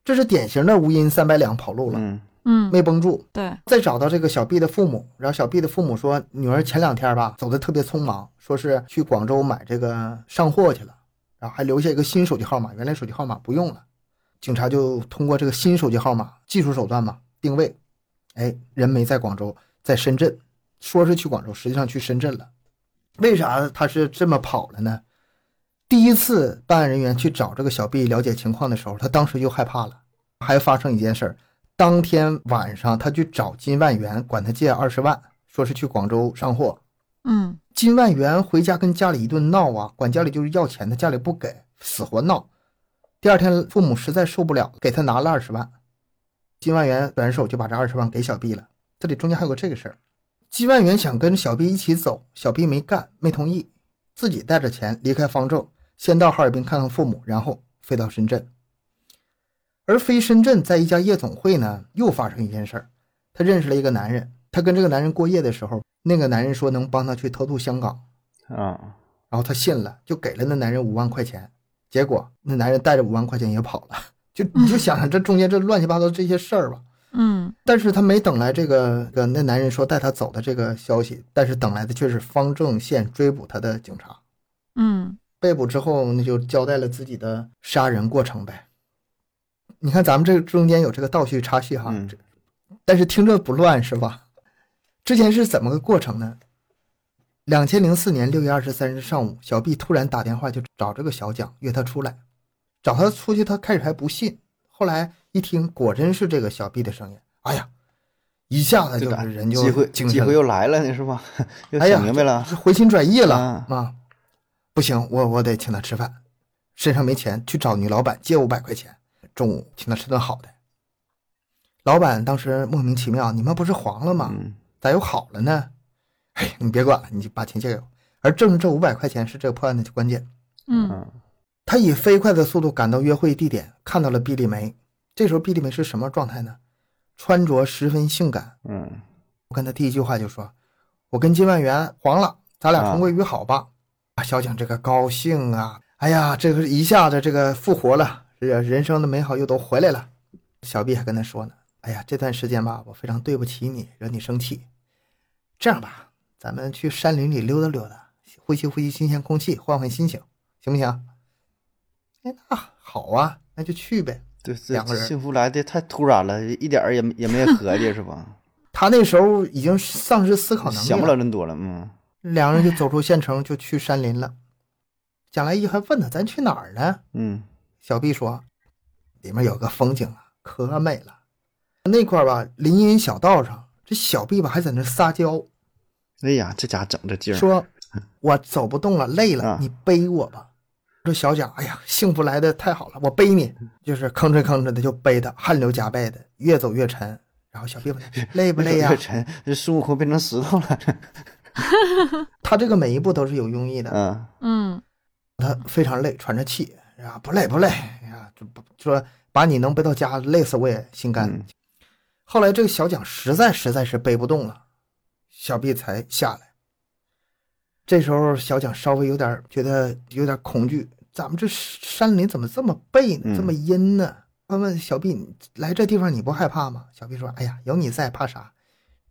A: 这是典型的无因三百两跑路了，
C: 嗯
B: 嗯，
A: 没绷住。
B: 对，
A: 再找到这个小毕的父母，然后小毕的父母说，女儿前两天吧走的特别匆忙，说是去广州买这个上货去了，然后还留下一个新手机号码，原来手机号码不用了。警察就通过这个新手机号码技术手段嘛定位，哎，人没在广州，在深圳，说是去广州，实际上去深圳了。为啥他是这么跑了呢？第一次办案人员去找这个小毕了解情况的时候，他当时就害怕了。还发生一件事儿，当天晚上，他去找金万元，管他借二十万，说是去广州上货。
B: 嗯
A: 金万元回家跟家里一顿闹啊，管家里就是要钱，他家里不给，死活闹。第二天，父母实在受不了，给他拿了二十万。金万元转手就把这二十万给小毕了。这里中间还有个这个事儿，金万元想跟小毕一起走，小毕没干，没同意，自己带着钱离开方舟，先到哈尔滨看看父母，然后飞到深圳。而飞深圳，在一家夜总会呢，又发生一件事儿，他认识了一个男人，他跟这个男人过夜的时候，那个男人说能帮他去偷渡香港，
C: 啊，
A: 然后他信了，就给了那男人五万块钱。结果那男人带着五万块钱也跑了，就你就想想这中间这乱七八糟这些事儿吧。
B: 嗯
A: 但是他没等来这个这个那男人说带他走的这个消息，但是等来的却是方正县追捕他的警察。
B: 嗯
A: 被捕之后，那就交代了自己的杀人过程呗。你看咱们这中间有这个倒叙插叙哈，
C: 嗯
A: 这但是听着不乱是吧？之前是怎么个过程呢？两千零四年六月二十三日上午，小毕突然打电话就找这个小蒋约他出来，找他出去，他开始还不信，后来一听，果真是这个小 B 的声音。哎呀，一下子就
C: 这个
A: 是人就
C: 机会
A: 精
C: 机
A: 神
C: 会
A: 了
C: 又来了，你是吧？ 又
A: 哎呀
C: 想明白了，
A: 是回心转意了
C: 啊
A: 啊！不行，我我得请他吃饭，身上没钱，去找女老板借五百块钱，中午请他吃顿好的。老板当时莫名其妙，你们不是黄了吗？
C: 嗯
A: 咋又好了呢？哎，你别管了，你就把钱借给我。而正是这五百块钱是这个破案的关键。
B: 嗯
C: 嗯
A: 他以飞快的速度赶到约会地点，看到了毕丽梅。这时候毕丽梅是什么状态呢？穿着十分性感。
C: 嗯
A: 我跟他第一句话就说：“我跟金万元黄了，咱俩
C: 啊
A: 重归于好吧。啊”小景这个高兴啊，哎呀，这个一下子这个复活了，这个人生的美好又都回来了。小 B 还跟他说呢：“哎呀，这段时间吧，我非常对不起你，惹你生气。这样吧，咱们去山林里溜达溜达，呼吸呼吸新鲜空气，换换心情，行不行？”哎，那好啊，那就去呗。
C: 对，这
A: 两个人
C: 幸福来的太突然了，一点儿也没也没合计 是吧？
A: 他那时候已经丧失思考能力
C: 想不了这么多了，嗯
A: 两人就走出县城，就去山林了。蒋来一还问他：“咱去哪儿呢
C: 嗯？”
A: 小 B 说：“里面有个风景啊，可美了。那块儿吧，林荫小道上，这小 B 吧还在那撒娇，
C: 哎呀，这家整这劲儿，
A: 说：我走不动了，累了
C: 啊，
A: 你背我吧。”这小蒋，哎呀，幸福来的太好了，我背你，就是吭哧吭哧的就背他，汗流浃背的，越走越沉。然后小 B 问他：“累不累呀、
C: 越沉，这孙悟空变成石头 了，
A: 他这个每一步都是有用意的。
C: 嗯
B: 嗯
A: 他非常累，喘着气，啊，不累不累，哎呀，就不说把你能背到家，累死我也心甘。
C: 嗯
A: 后来这个小蒋实在实在是背不动了，小 B 才下来。这时候小蒋稍微有点觉得有点恐惧，咱们这山林怎么这么背呢？
C: 嗯
A: 这么阴呢？他问小 B：“ 你来这地方你不害怕吗？”小 B 说：“哎呀，有你在怕啥？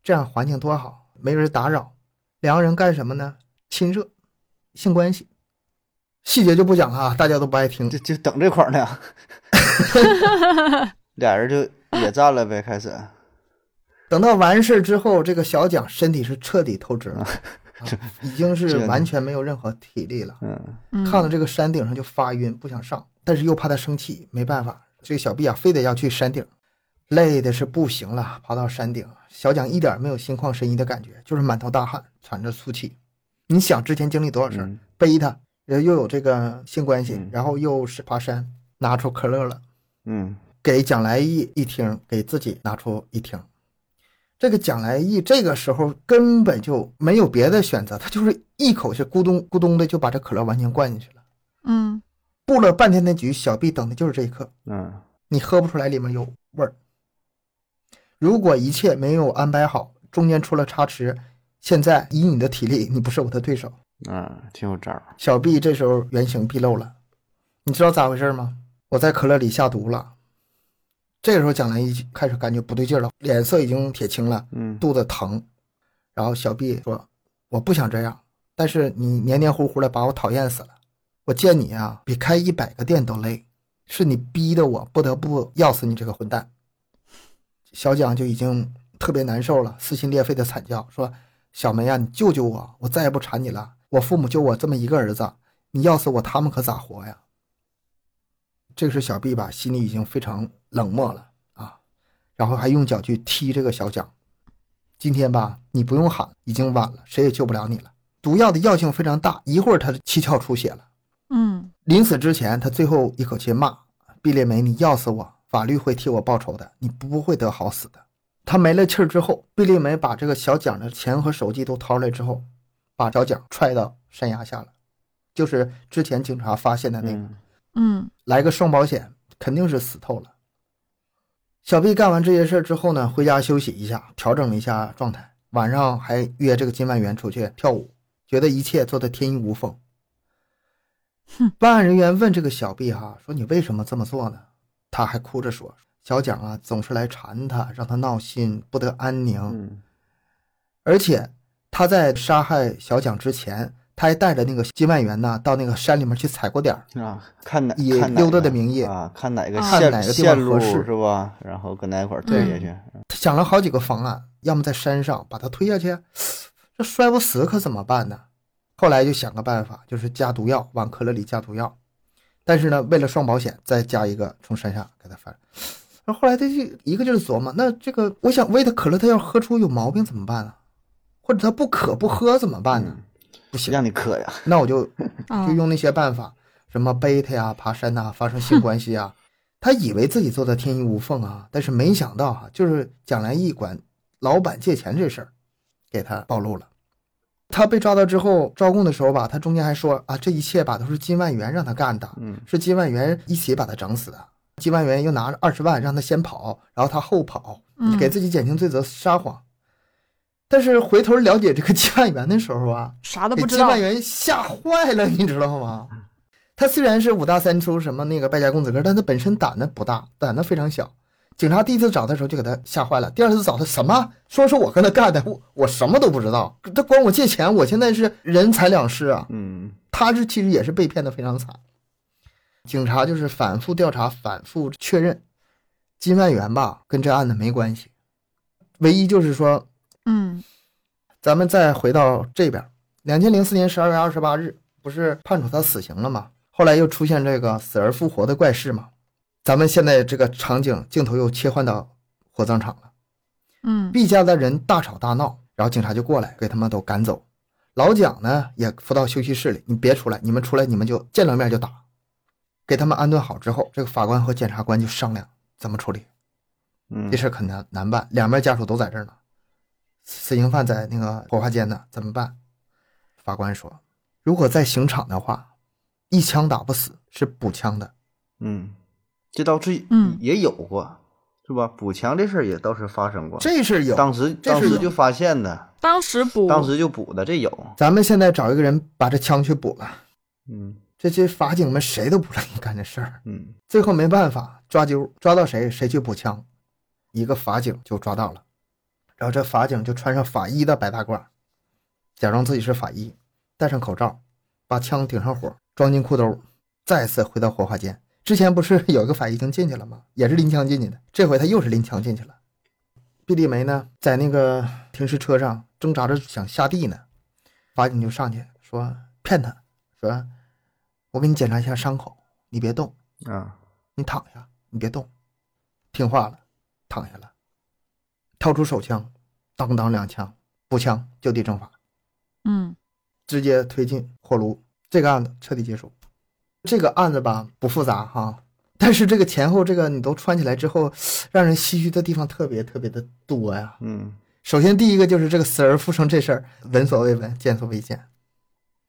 A: 这样环境多好，没人打扰。”两个人干什么呢？亲热，性关系。细节就不讲了啊，大家都不爱听
C: 就。就等这块 儿呢， 俩人就野战了呗，开始，
A: 等到完事之后，这个小蒋身体是彻底透支 了，啊已经
C: 这
A: 是
C: 个
A: 完全没有任何体力了。
C: 嗯
B: 嗯，
A: 看到这个山顶上就发晕，不想上，但是又怕他生气，没办法，这个小 B 啊，非得要去山顶，累的是不行了，爬到山顶，小蒋一点没有心旷神怡的感觉，就是满头大汗，喘着粗气。你想之前经历多少事儿，
C: 嗯
A: 背他，呃又有这个性关系
C: 嗯，
A: 然后又是爬山，拿出可乐了。
C: 嗯
A: 给蒋来义一听，给自己拿出一听。这个蒋来义这个时候根本就没有别的选择，他就是一口气咕咚咕咚的就把这可乐完全灌进去了。
B: 嗯
A: 布了半天的局，小 B 等的就是这一刻，
C: 嗯
A: 你喝不出来里面有味儿。如果一切没有安排好，中间出了差池，现在以你的体力，你不是我的对手。
C: 嗯，挺有招儿，
A: 小 B 这时候原形毕露了，你知道咋回事吗？我在可乐里下毒了。这个时候蒋兰一开始感觉不对劲儿了，脸色已经铁青了，
C: 嗯
A: 肚子疼。然后小 B 说：“我不想这样，但是你黏黏糊糊的把我讨厌死了。我见你啊，比开一百个店都累，是你逼的我不得不要死你这个混蛋。”小蒋就已经特别难受了，撕心裂肺的惨叫说：“小梅啊呀、你救救我！我再也不缠你了。我父母就我这么一个儿子，你要死我，他们可咋活呀？”这时小 B 吧，心里已经非常冷漠了啊，然后还用脚去踢这个小蒋。今天吧，你不用喊，已经晚了，谁也救不了你了。毒药的药性非常大，一会儿他的七窍出血了。
B: 嗯
A: 临死之前，他最后一口气骂：“毕列梅，你要死我，法律会替我报仇的，你不会得好死的。”他没了气儿之后，毕列梅把这个小蒋的钱和手机都掏出来之后，把小蒋踹到山崖下了，就是之前警察发现的那个。
C: 嗯
B: 嗯
A: 来个双保险，肯定是死透了。小 B 干完这些事儿之后呢，回家休息一下，调整了一下状态，晚上还约这个金万元出去跳舞，觉得一切做得天衣无缝。办案人员问这个小 B 哈、说你为什么这么做呢？他还哭着说，小蒋啊总是来缠他，让他闹心，不得安宁。
C: 嗯
A: 而且他在杀害小蒋之前，他还带着那个金万元呢到那个山里面去踩过点儿。
C: 啊，看哪
A: 以
C: 看哪
A: 溜达
C: 个
A: 嗯的名义
C: 啊，看哪个
B: 啊
C: 线
A: 看哪个地方
C: 线路
A: 合适嗯
C: 是吧？然后跟哪块儿推下去，
A: 他想了好几个方案，要么在山上把他推下去，啊这摔不死可怎么办呢？后来就想个办法，就是加毒药，往可乐里加毒药。但是呢，为了双保险，再加一个从山下给他翻。然后后来他就一个劲儿琢磨，那这个我想喂他可乐，他要喝出有毛病怎么办啊？或者他不渴不喝怎么办呢？不行，
C: 让你渴呀，
A: 那我就
B: 啊
A: 就用那些办法，什么背他呀、爬山呐、发生性关系啊。他以为自己做的天衣无缝啊，但是没想到啊，就是蒋来义管老板借钱这事儿，给他暴露了。他被抓到之后，招供的时候吧，他中间还说啊，这一切吧都是金万元让他干的，
C: 嗯
A: 是金万元一起把他整死的。金万元又拿着二十万让他先跑，然后他后跑，
B: 嗯
A: 给自己减轻罪责撒谎。但是回头了解这个金万元的时候啊，
B: 啥都
A: 给
B: 不知
A: 金
B: 道
A: 万，元吓坏了，你知道吗？他虽然是五大三粗，什么那个败家公子哥，但他本身胆子不大，胆子非常小。警察第一次找他的时候就给他吓坏了，第二次找他什么说是我跟他干的，我我什么都不知道，他管我借钱，我现在是人财两失啊。
C: 嗯
A: 他是其实也是被骗的非常惨。警察就是反复调查，反复确认，金万元吧跟这案子没关系，唯一就是说
B: 嗯
A: 咱们再回到这边，两千零四年十二月二十八日，不是判处他死刑了吗？后来又出现这个死而复活的怪事嘛。咱们现在这个场景镜头又切换到火葬场了。
B: 嗯
A: B 家的人大吵大闹，然后警察就过来给他们都赶走。老蒋呢也扶到休息室里，你别出来，你们出来你们就见了面就打。给他们安顿好之后，这个法官和检察官就商量怎么处理。
C: 嗯
A: 这，事儿可难难办，两边家属都在这儿呢，死刑犯在那个火化间呢，怎么办？法官说，如果在刑场的话，一枪打不死是补枪的。
C: 嗯，这倒是
B: 嗯
C: 也有过，是吧？补强这事儿也倒是发生过，
A: 这事儿有，
C: 当时
A: 这
C: 当
A: 是
C: 时
A: 有
C: 就发现的，
B: 当时补，
C: 当时就补的，这有，
A: 咱们现在找一个人把这枪去补了，
C: 嗯
A: 这些法警们谁都不乐意干这事儿，
C: 嗯
A: 最后没办法抓阄，抓到谁谁去补枪，一个法警就抓到了，然后这法警就穿上法医的白大褂，假装自己是法医，戴上口罩，把枪顶上火，装进裤兜，再次回到火化间。之前不是有一个法医已经进去了吗？也是拎枪进去的，这回他又是拎枪进去了。毕丽梅呢，在那个停尸车上挣扎着想下地呢，法警就上去说骗他，说我给你检查一下伤口，你别动。
C: 啊，
A: 你躺下，你别动，听话了，躺下了，掏出手枪，当当两枪，步枪就地正法，
B: 嗯
A: 直接推进火炉，这个案子彻底结束。这个案子吧不复杂哈，但是这个前后这个你都穿起来之后，让人唏嘘的地方特别特别的多呀。
C: 嗯
A: 首先第一个就是这个死而复生这事儿，闻所未闻，见所未见。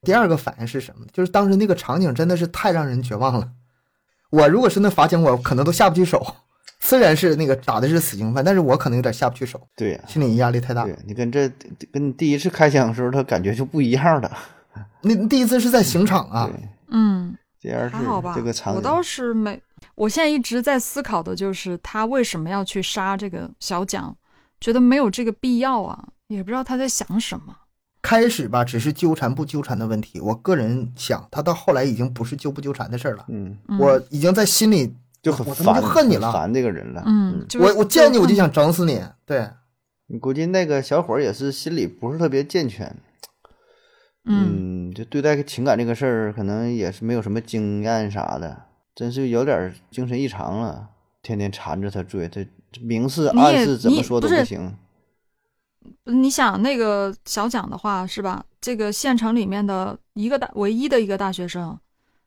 A: 第二个反应是什么？就是当时那个场景真的是太让人绝望了。我如果是那法警，我可能都下不去手。虽然是那个打的是死刑犯，但是我可能有点下不去手，
C: 对呀，
A: 心理压力太大。
C: 对你跟这跟你第一次开枪的时候，他感觉就不一样了，
A: 那你第一次是在刑场啊，
C: 对，
B: 嗯，
C: 这样
B: 还好吧
C: 是这个场景，
B: 我倒是没，我现在一直在思考的就是他为什么要去杀这个小蒋，觉得没有这个必要啊，也不知道他在想什么。
A: 开始吧只是纠缠不纠缠的问题。我个人想，他到后来已经不是纠不纠缠的事儿了，
C: 嗯，
B: 嗯、
A: 我已经在心里，
C: 就很
A: 我他妈
C: 烦，
A: 就恨你了
C: 很烦这个人了，
B: 嗯，就是
A: 我我见你我就
B: 恨
A: 想整死你。对，
C: 你估计那个小伙儿也是心理不是特别健全，
B: 嗯
C: 嗯，就对待情感这个事儿，可能也是没有什么经验啥的，真是有点儿精神异常了，天天缠着他追，这这明示
B: 你也
C: 暗示怎
B: 你
C: 么说都
B: 不是
C: 行。
B: 你想那个小蒋的话是吧？这个县城里面的一个大唯一的一个大学生，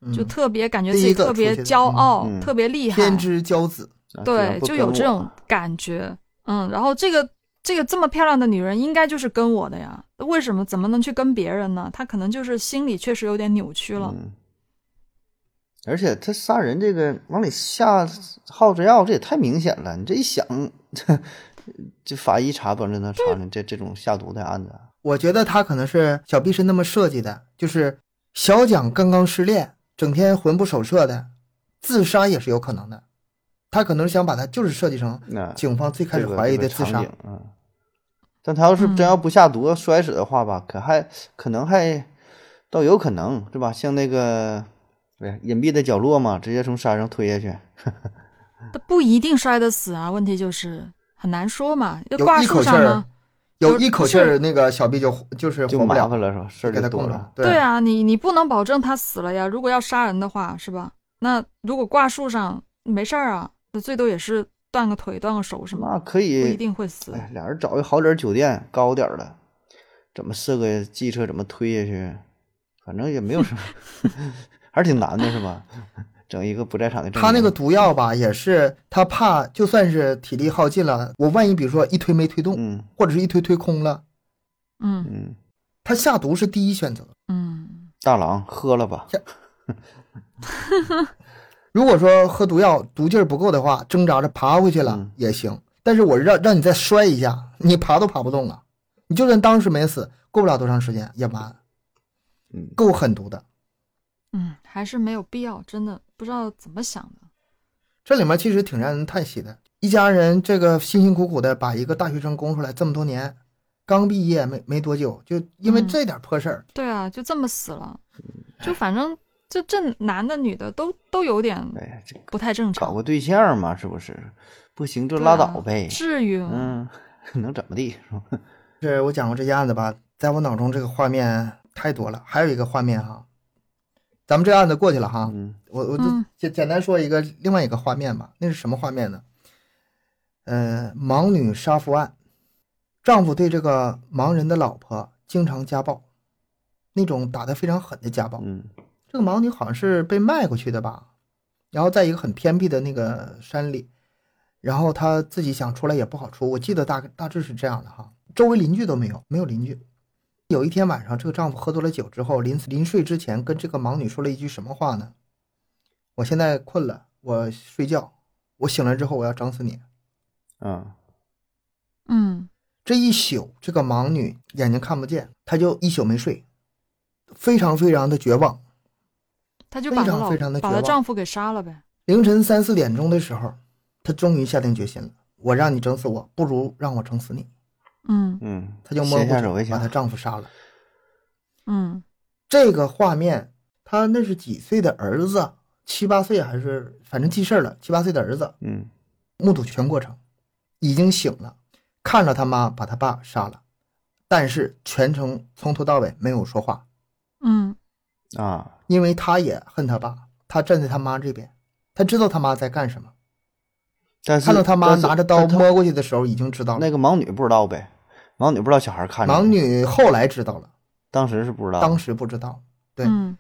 A: 嗯
B: 就特别感觉自
A: 第
B: 己
A: 一个
B: 特别
A: 出去的
B: 骄傲，
C: 嗯嗯
B: 特别厉害，
A: 天之骄子，
C: 啊
B: 对，就有这，
C: 不
A: 啊
B: 种
C: 然不跟我
B: 感觉。嗯，然后这个这个这么漂亮的女人，应该就是跟我的呀？为什么怎么能去跟别人呢？她可能就是心里确实有点扭曲了。
C: 嗯，而且他杀人这个往里下耗子药，这也太明显了。你这一想，这这法医查不着能查呢，这这种下毒的案子，
A: 我觉得他可能是小毕是那么设计的，就是小蒋刚刚失恋，整天魂不守舍的，自杀也是有可能的。他可能想把他就是设计成
C: 那
A: 警方最开始
C: 这个
A: 怀疑
C: 这
A: 的
C: 个
A: 自
C: 场
A: 杀
C: 景，嗯，但他要是
B: 嗯
C: 真要不下毒摔死的话吧，可还可能还倒有可能是吧？像那个对隐蔽的角落嘛，直接从山上推下去。
A: 嗯
B: 她不一定摔得死啊，问题就是很难说嘛。要
A: 有
B: 挂
A: 一
B: 树
A: 口气
B: 上
A: 儿
B: 呢？，
A: 有
B: 就是
A: 一口气儿，那个小毕就就是
C: 就
A: 活不
C: 麻
A: 了，
C: 烦了是吧？事儿
A: 给
C: 就
A: 他
C: 多
A: 供
B: 啊
C: 了
A: 了。。
B: 对，啊，你你不能保证她死了呀。如果要杀人的话，是吧？那如果挂树上没事儿啊，那最多也是断个腿、断个手什么
C: 那，可以
B: 不一定会死。
C: 哎，俩人找一好点儿酒店，高点儿的，怎么设个计策，怎么推下去，反正也没有什么， 还是挺难的，是吧？整一个不在场的证
A: 他那
C: 明
A: 个，毒药吧，也是他怕，就算是体力耗尽了，我万一比如说一推没推动，
C: 嗯
A: 或者是一推推空了，
B: 嗯
C: 嗯，
A: 他下毒是第一选择。
B: 嗯，
C: 大郎喝了吧，
A: 如果说喝毒药毒劲儿不够的话，挣扎着爬回去了、
C: 嗯
A: 也行，但是我让让你再摔一下， 你爬都爬不动了。你就算当时没死，过不了多长时间也完，
C: 嗯，
A: 够狠毒的。
B: 嗯，还是没有必要，真的不知道怎么想的。
A: 这里面其实挺让人叹息的，一家人这个辛辛苦苦的把一个大学生供出来这么多年，刚毕业没没多久，就因为
B: 嗯
A: 这点破事儿，
B: 对啊，就这么死了，
C: 嗯哎
B: 就反正就这男的女的都都有点
C: 哎呀，这
B: 不太正
C: 搞
B: 常，
C: 个对象嘛，是不是？不行就
B: 对
C: 拉
B: 啊
C: 倒呗，
B: 至于
A: 啊
B: 吗？
C: 嗯， 能怎么地是吧？
A: 这我讲过这些案子吧，在我脑中这个画面太多了。还有一个画面哈，咱们这案子过去了哈，
C: 嗯
A: 我我就
B: 嗯
A: 简简单说一个另外一个画面吧。那是什么画面呢？呃，盲女杀夫案，丈夫对这个盲人的老婆经常家暴，那种打得非常狠的家暴。
C: 嗯
A: 这个盲女好像是被卖过去的吧，然后在一个很偏僻的那个山里，然后她自己想出来也不好出，我记得大大致是这样的哈，周围邻居都没有，没有邻居。有一天晚上，这个丈夫喝多了酒之后，临临睡之前跟这个盲女说了一句什么话呢？我现在困了，我睡觉，我醒来之后我要整死你。
C: 嗯，
B: 嗯
A: 这一宿，这个盲女眼睛看不见，她就一宿没睡，非常非常的绝望。
B: 她就
A: 非
B: 把她
A: 常
B: 老
A: 非常地
B: 把
A: 绝
B: 她
A: 望
B: 丈夫给杀了呗。
A: 凌晨三四点钟的时候，她终于下定决心了：我让你整死我，不如让我整死你。
B: 嗯
C: 嗯，
A: 她就摸
C: 先下
A: 过
C: 手为
A: 去把她
C: 强，
A: 丈夫杀了。
B: 嗯
A: 这个画面，她那是几岁的儿子？七八岁还是反正记事儿了，七八岁的儿子
C: 嗯
A: 目睹全过程，已经醒了，看着他妈把他爸杀了，但是全程从头到尾没有说话，
B: 嗯
C: 啊，
A: 因为他也恨他爸，他站在他妈这边，他知道他妈在干什么。
C: 但是
A: 看到他妈
C: 但是
A: 拿着刀
C: 但他
A: 摸过去的时候，已经知道了。
C: 那个盲女不知道呗，盲女不知道小孩看着呗，
A: 盲女后来知道了，
C: 当时是不知道的，
A: 当时不知道。对
B: 嗯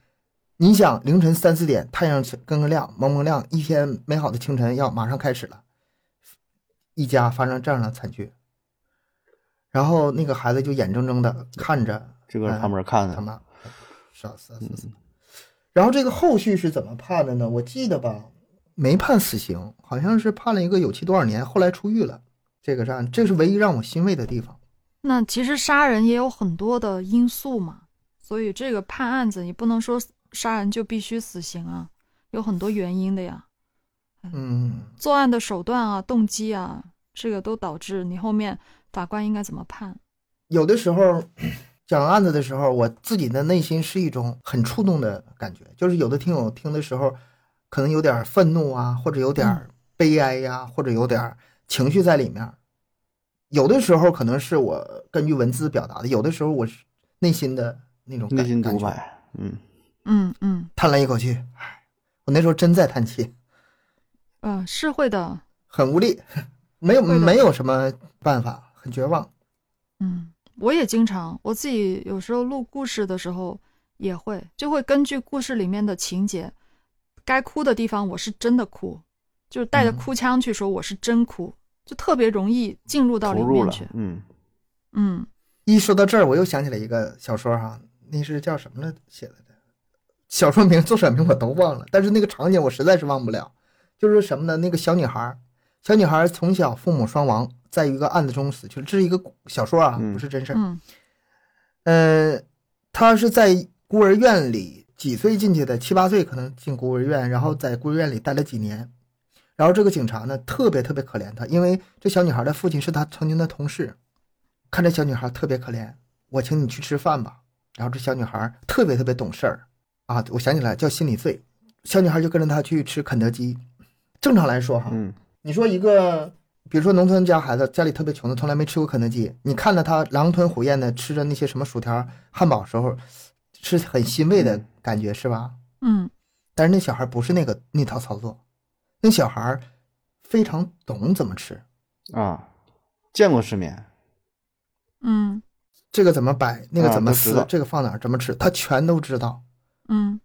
A: 你想，凌晨三四点，太阳跟个亮，蒙蒙亮，一天美好的清晨要马上开始了，一家发生这样的惨剧，然后那个孩子就眼睁睁的看着
C: 这个旁边看
A: 嗯他
C: 的，
A: 妈杀死死死。然后这个后续是怎么判的呢？我记得吧，没判死刑，好像是判了一个有期多少年，后来出狱了。这个是案，这是唯一让我欣慰的地方。
B: 那其实杀人也有很多的因素嘛，所以这个判案子也不能说杀人就必须死刑啊，有很多原因的呀。
A: 嗯，
B: 作案的手段啊、动机啊，这个都导致你后面法官应该怎么判。
A: 有的时候 讲案子的时候，我自己的内心是一种很触动的感觉，就是有的听友听的时候，可能有点愤怒啊，或者有
C: 嗯
A: 点悲哀呀、或者有点情绪在里面。有的时候可能是我根据文字表达的，有的时候我是内心的那种
C: 内
A: 感
C: 心
A: 感
C: 独
A: 觉
C: 白，嗯
B: 嗯嗯
A: 叹了一口气，唉，我那时候真在叹气，
B: 嗯、呃是会的。
A: 很无力， 没有
B: 会的
A: 没有什么办法，很绝望。
B: 嗯，我也经常，我自己有时候录故事的时候也会，就会根据故事里面的情节，该哭的地方我是真的哭，就是带着
A: 嗯
B: 哭腔去说我是真哭，就特别容易进入到里
C: 投入
B: 面
C: 了
B: 去。，
C: 嗯
B: 嗯
A: 一说到这儿，我又想起来一个小说哈、那是叫什么来写的？小说名、作者名我都忘了，但是那个场景我实在是忘不了。就是什么呢？那个小女孩儿，小女孩儿从小父母双亡，在一个案子中死去了。这是一个小说啊，
C: 嗯
A: 不是真事儿。
B: 嗯
A: 嗯，她是在孤儿院里几岁进去的？七八岁可能进孤儿院，然后在孤儿院里待了几年。然后这个警察呢，特别特别可怜她，因为这小女孩的父亲是她曾经的同事，看这小女孩特别可怜，我请你去吃饭吧。然后这小女孩特别特别懂事儿啊，我想起来叫心理罪。小女孩就跟着他去吃肯德基。正常来说哈，
C: 嗯
A: 你说一个，比如说农村家孩子，家里特别穷的，从来没吃过肯德基，你看着他狼吞虎咽的吃着那些什么薯条、汉堡时候，是很欣慰的
C: 嗯
A: 感觉，是吧？
B: 嗯
A: 但是那小孩不是那个那套操作，那小孩非常懂怎么吃，
C: 啊，见过世面，
B: 嗯
A: 这个怎么摆，那个
C: 啊
A: 怎么
C: 都知
A: 撕，
C: 道
A: 这个放哪儿，怎么吃，他全都知道。
B: 嗯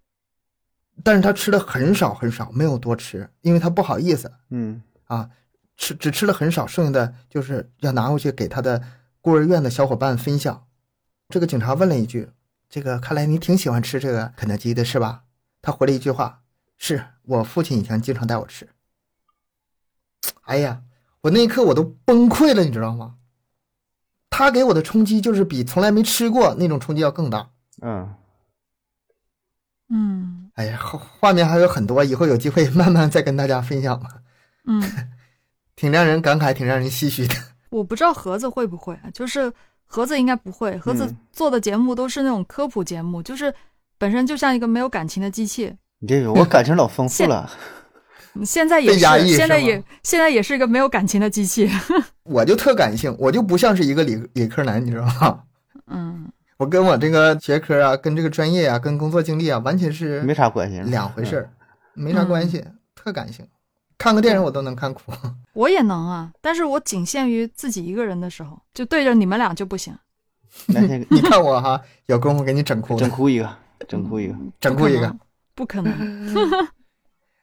A: 但是他吃的很少很少，没有多吃，因为他不好意思
C: 嗯
A: 啊，吃只吃了很少，剩下的就是要拿回去给他的孤儿院的小伙伴分享。这个警察问了一句：“这个看来你挺喜欢吃这个肯德基的是吧？”他回了一句话：“是我父亲以前经常带我吃。”哎呀，我那一刻我都崩溃了，你知道吗？他给我的冲击就是比从来没吃过那种冲击要更大。
C: 嗯，
B: 嗯
A: 哎呀，画画面还有很多，以后有机会慢慢再跟大家分享吧。
B: 嗯，
A: 挺让人感慨，挺让人唏嘘的。
B: 我不知道盒子会不会啊，就是盒子应该不会，盒子
C: 嗯
B: 做的节目都是那种科普节目，就是本身就像一个没有感情的机器，
C: 你这个我感情老丰富 了，
B: 嗯现在也
A: 被压抑
B: 是，
A: 是
B: 现在
A: 吗
B: 也现在也是一个没有感情的机器，
A: 我就特感性，我就不像是一个理理科男，你知道吗？
B: 嗯
A: 我跟我这个学科啊，跟这个专业啊，跟工作经历啊，完全是
C: 没啥关系，
A: 两回事儿，没啥关系，特感性。看个电影我都能看哭，
B: 我也能啊，但是我仅限于自己一个人的时候，就对着你们俩就不行，
C: 嗯。那天
A: 你看我哈，有功夫给你整哭
C: 整
A: 的，
C: 哭一个，整哭一个，
A: 整哭一个。
B: 不可 能，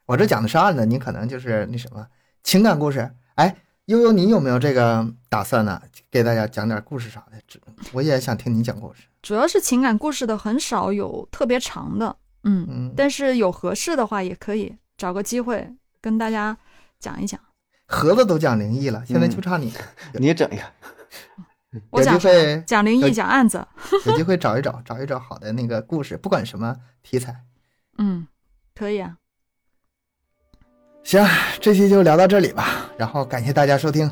A: 我这讲的是案子，你可能就是那什么情感故事。哎，悠悠，你有没有这个打算呢？给大家讲点故事啥的，这我也想听你讲故事。
B: 主要是情感故事的很少有特别长的，嗯，
A: 嗯，
B: 但是有合适的话也可以找个机会跟大家讲一讲。
A: 盒子都讲灵异了，现在就差你，
C: 你也整一个。
B: 我
A: 有
B: 讲
A: 机
B: 什么
A: 会
B: 讲灵
A: 有
B: 异，讲案子，
A: 有机会找一找，找一找好的那个故事，不管什么题材。
B: 嗯，可以啊，
A: 行，这期就聊到这里吧，然后感谢大家收听，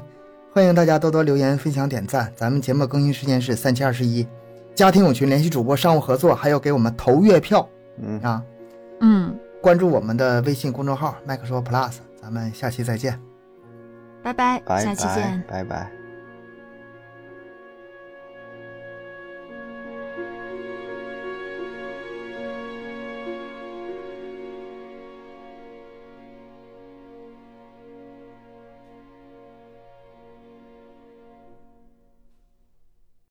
A: 欢迎大家多多留言、分享、点赞。咱们节目更新时间是三七二十一，加听友群联系主播商务合作，还有给我们投月票
C: 嗯，
A: 啊！
B: 嗯，
A: 关注我们的微信公众号麦克说 Plus，咱们下期再见。
B: 拜拜，
C: 拜
B: 下期见
C: 拜。拜拜。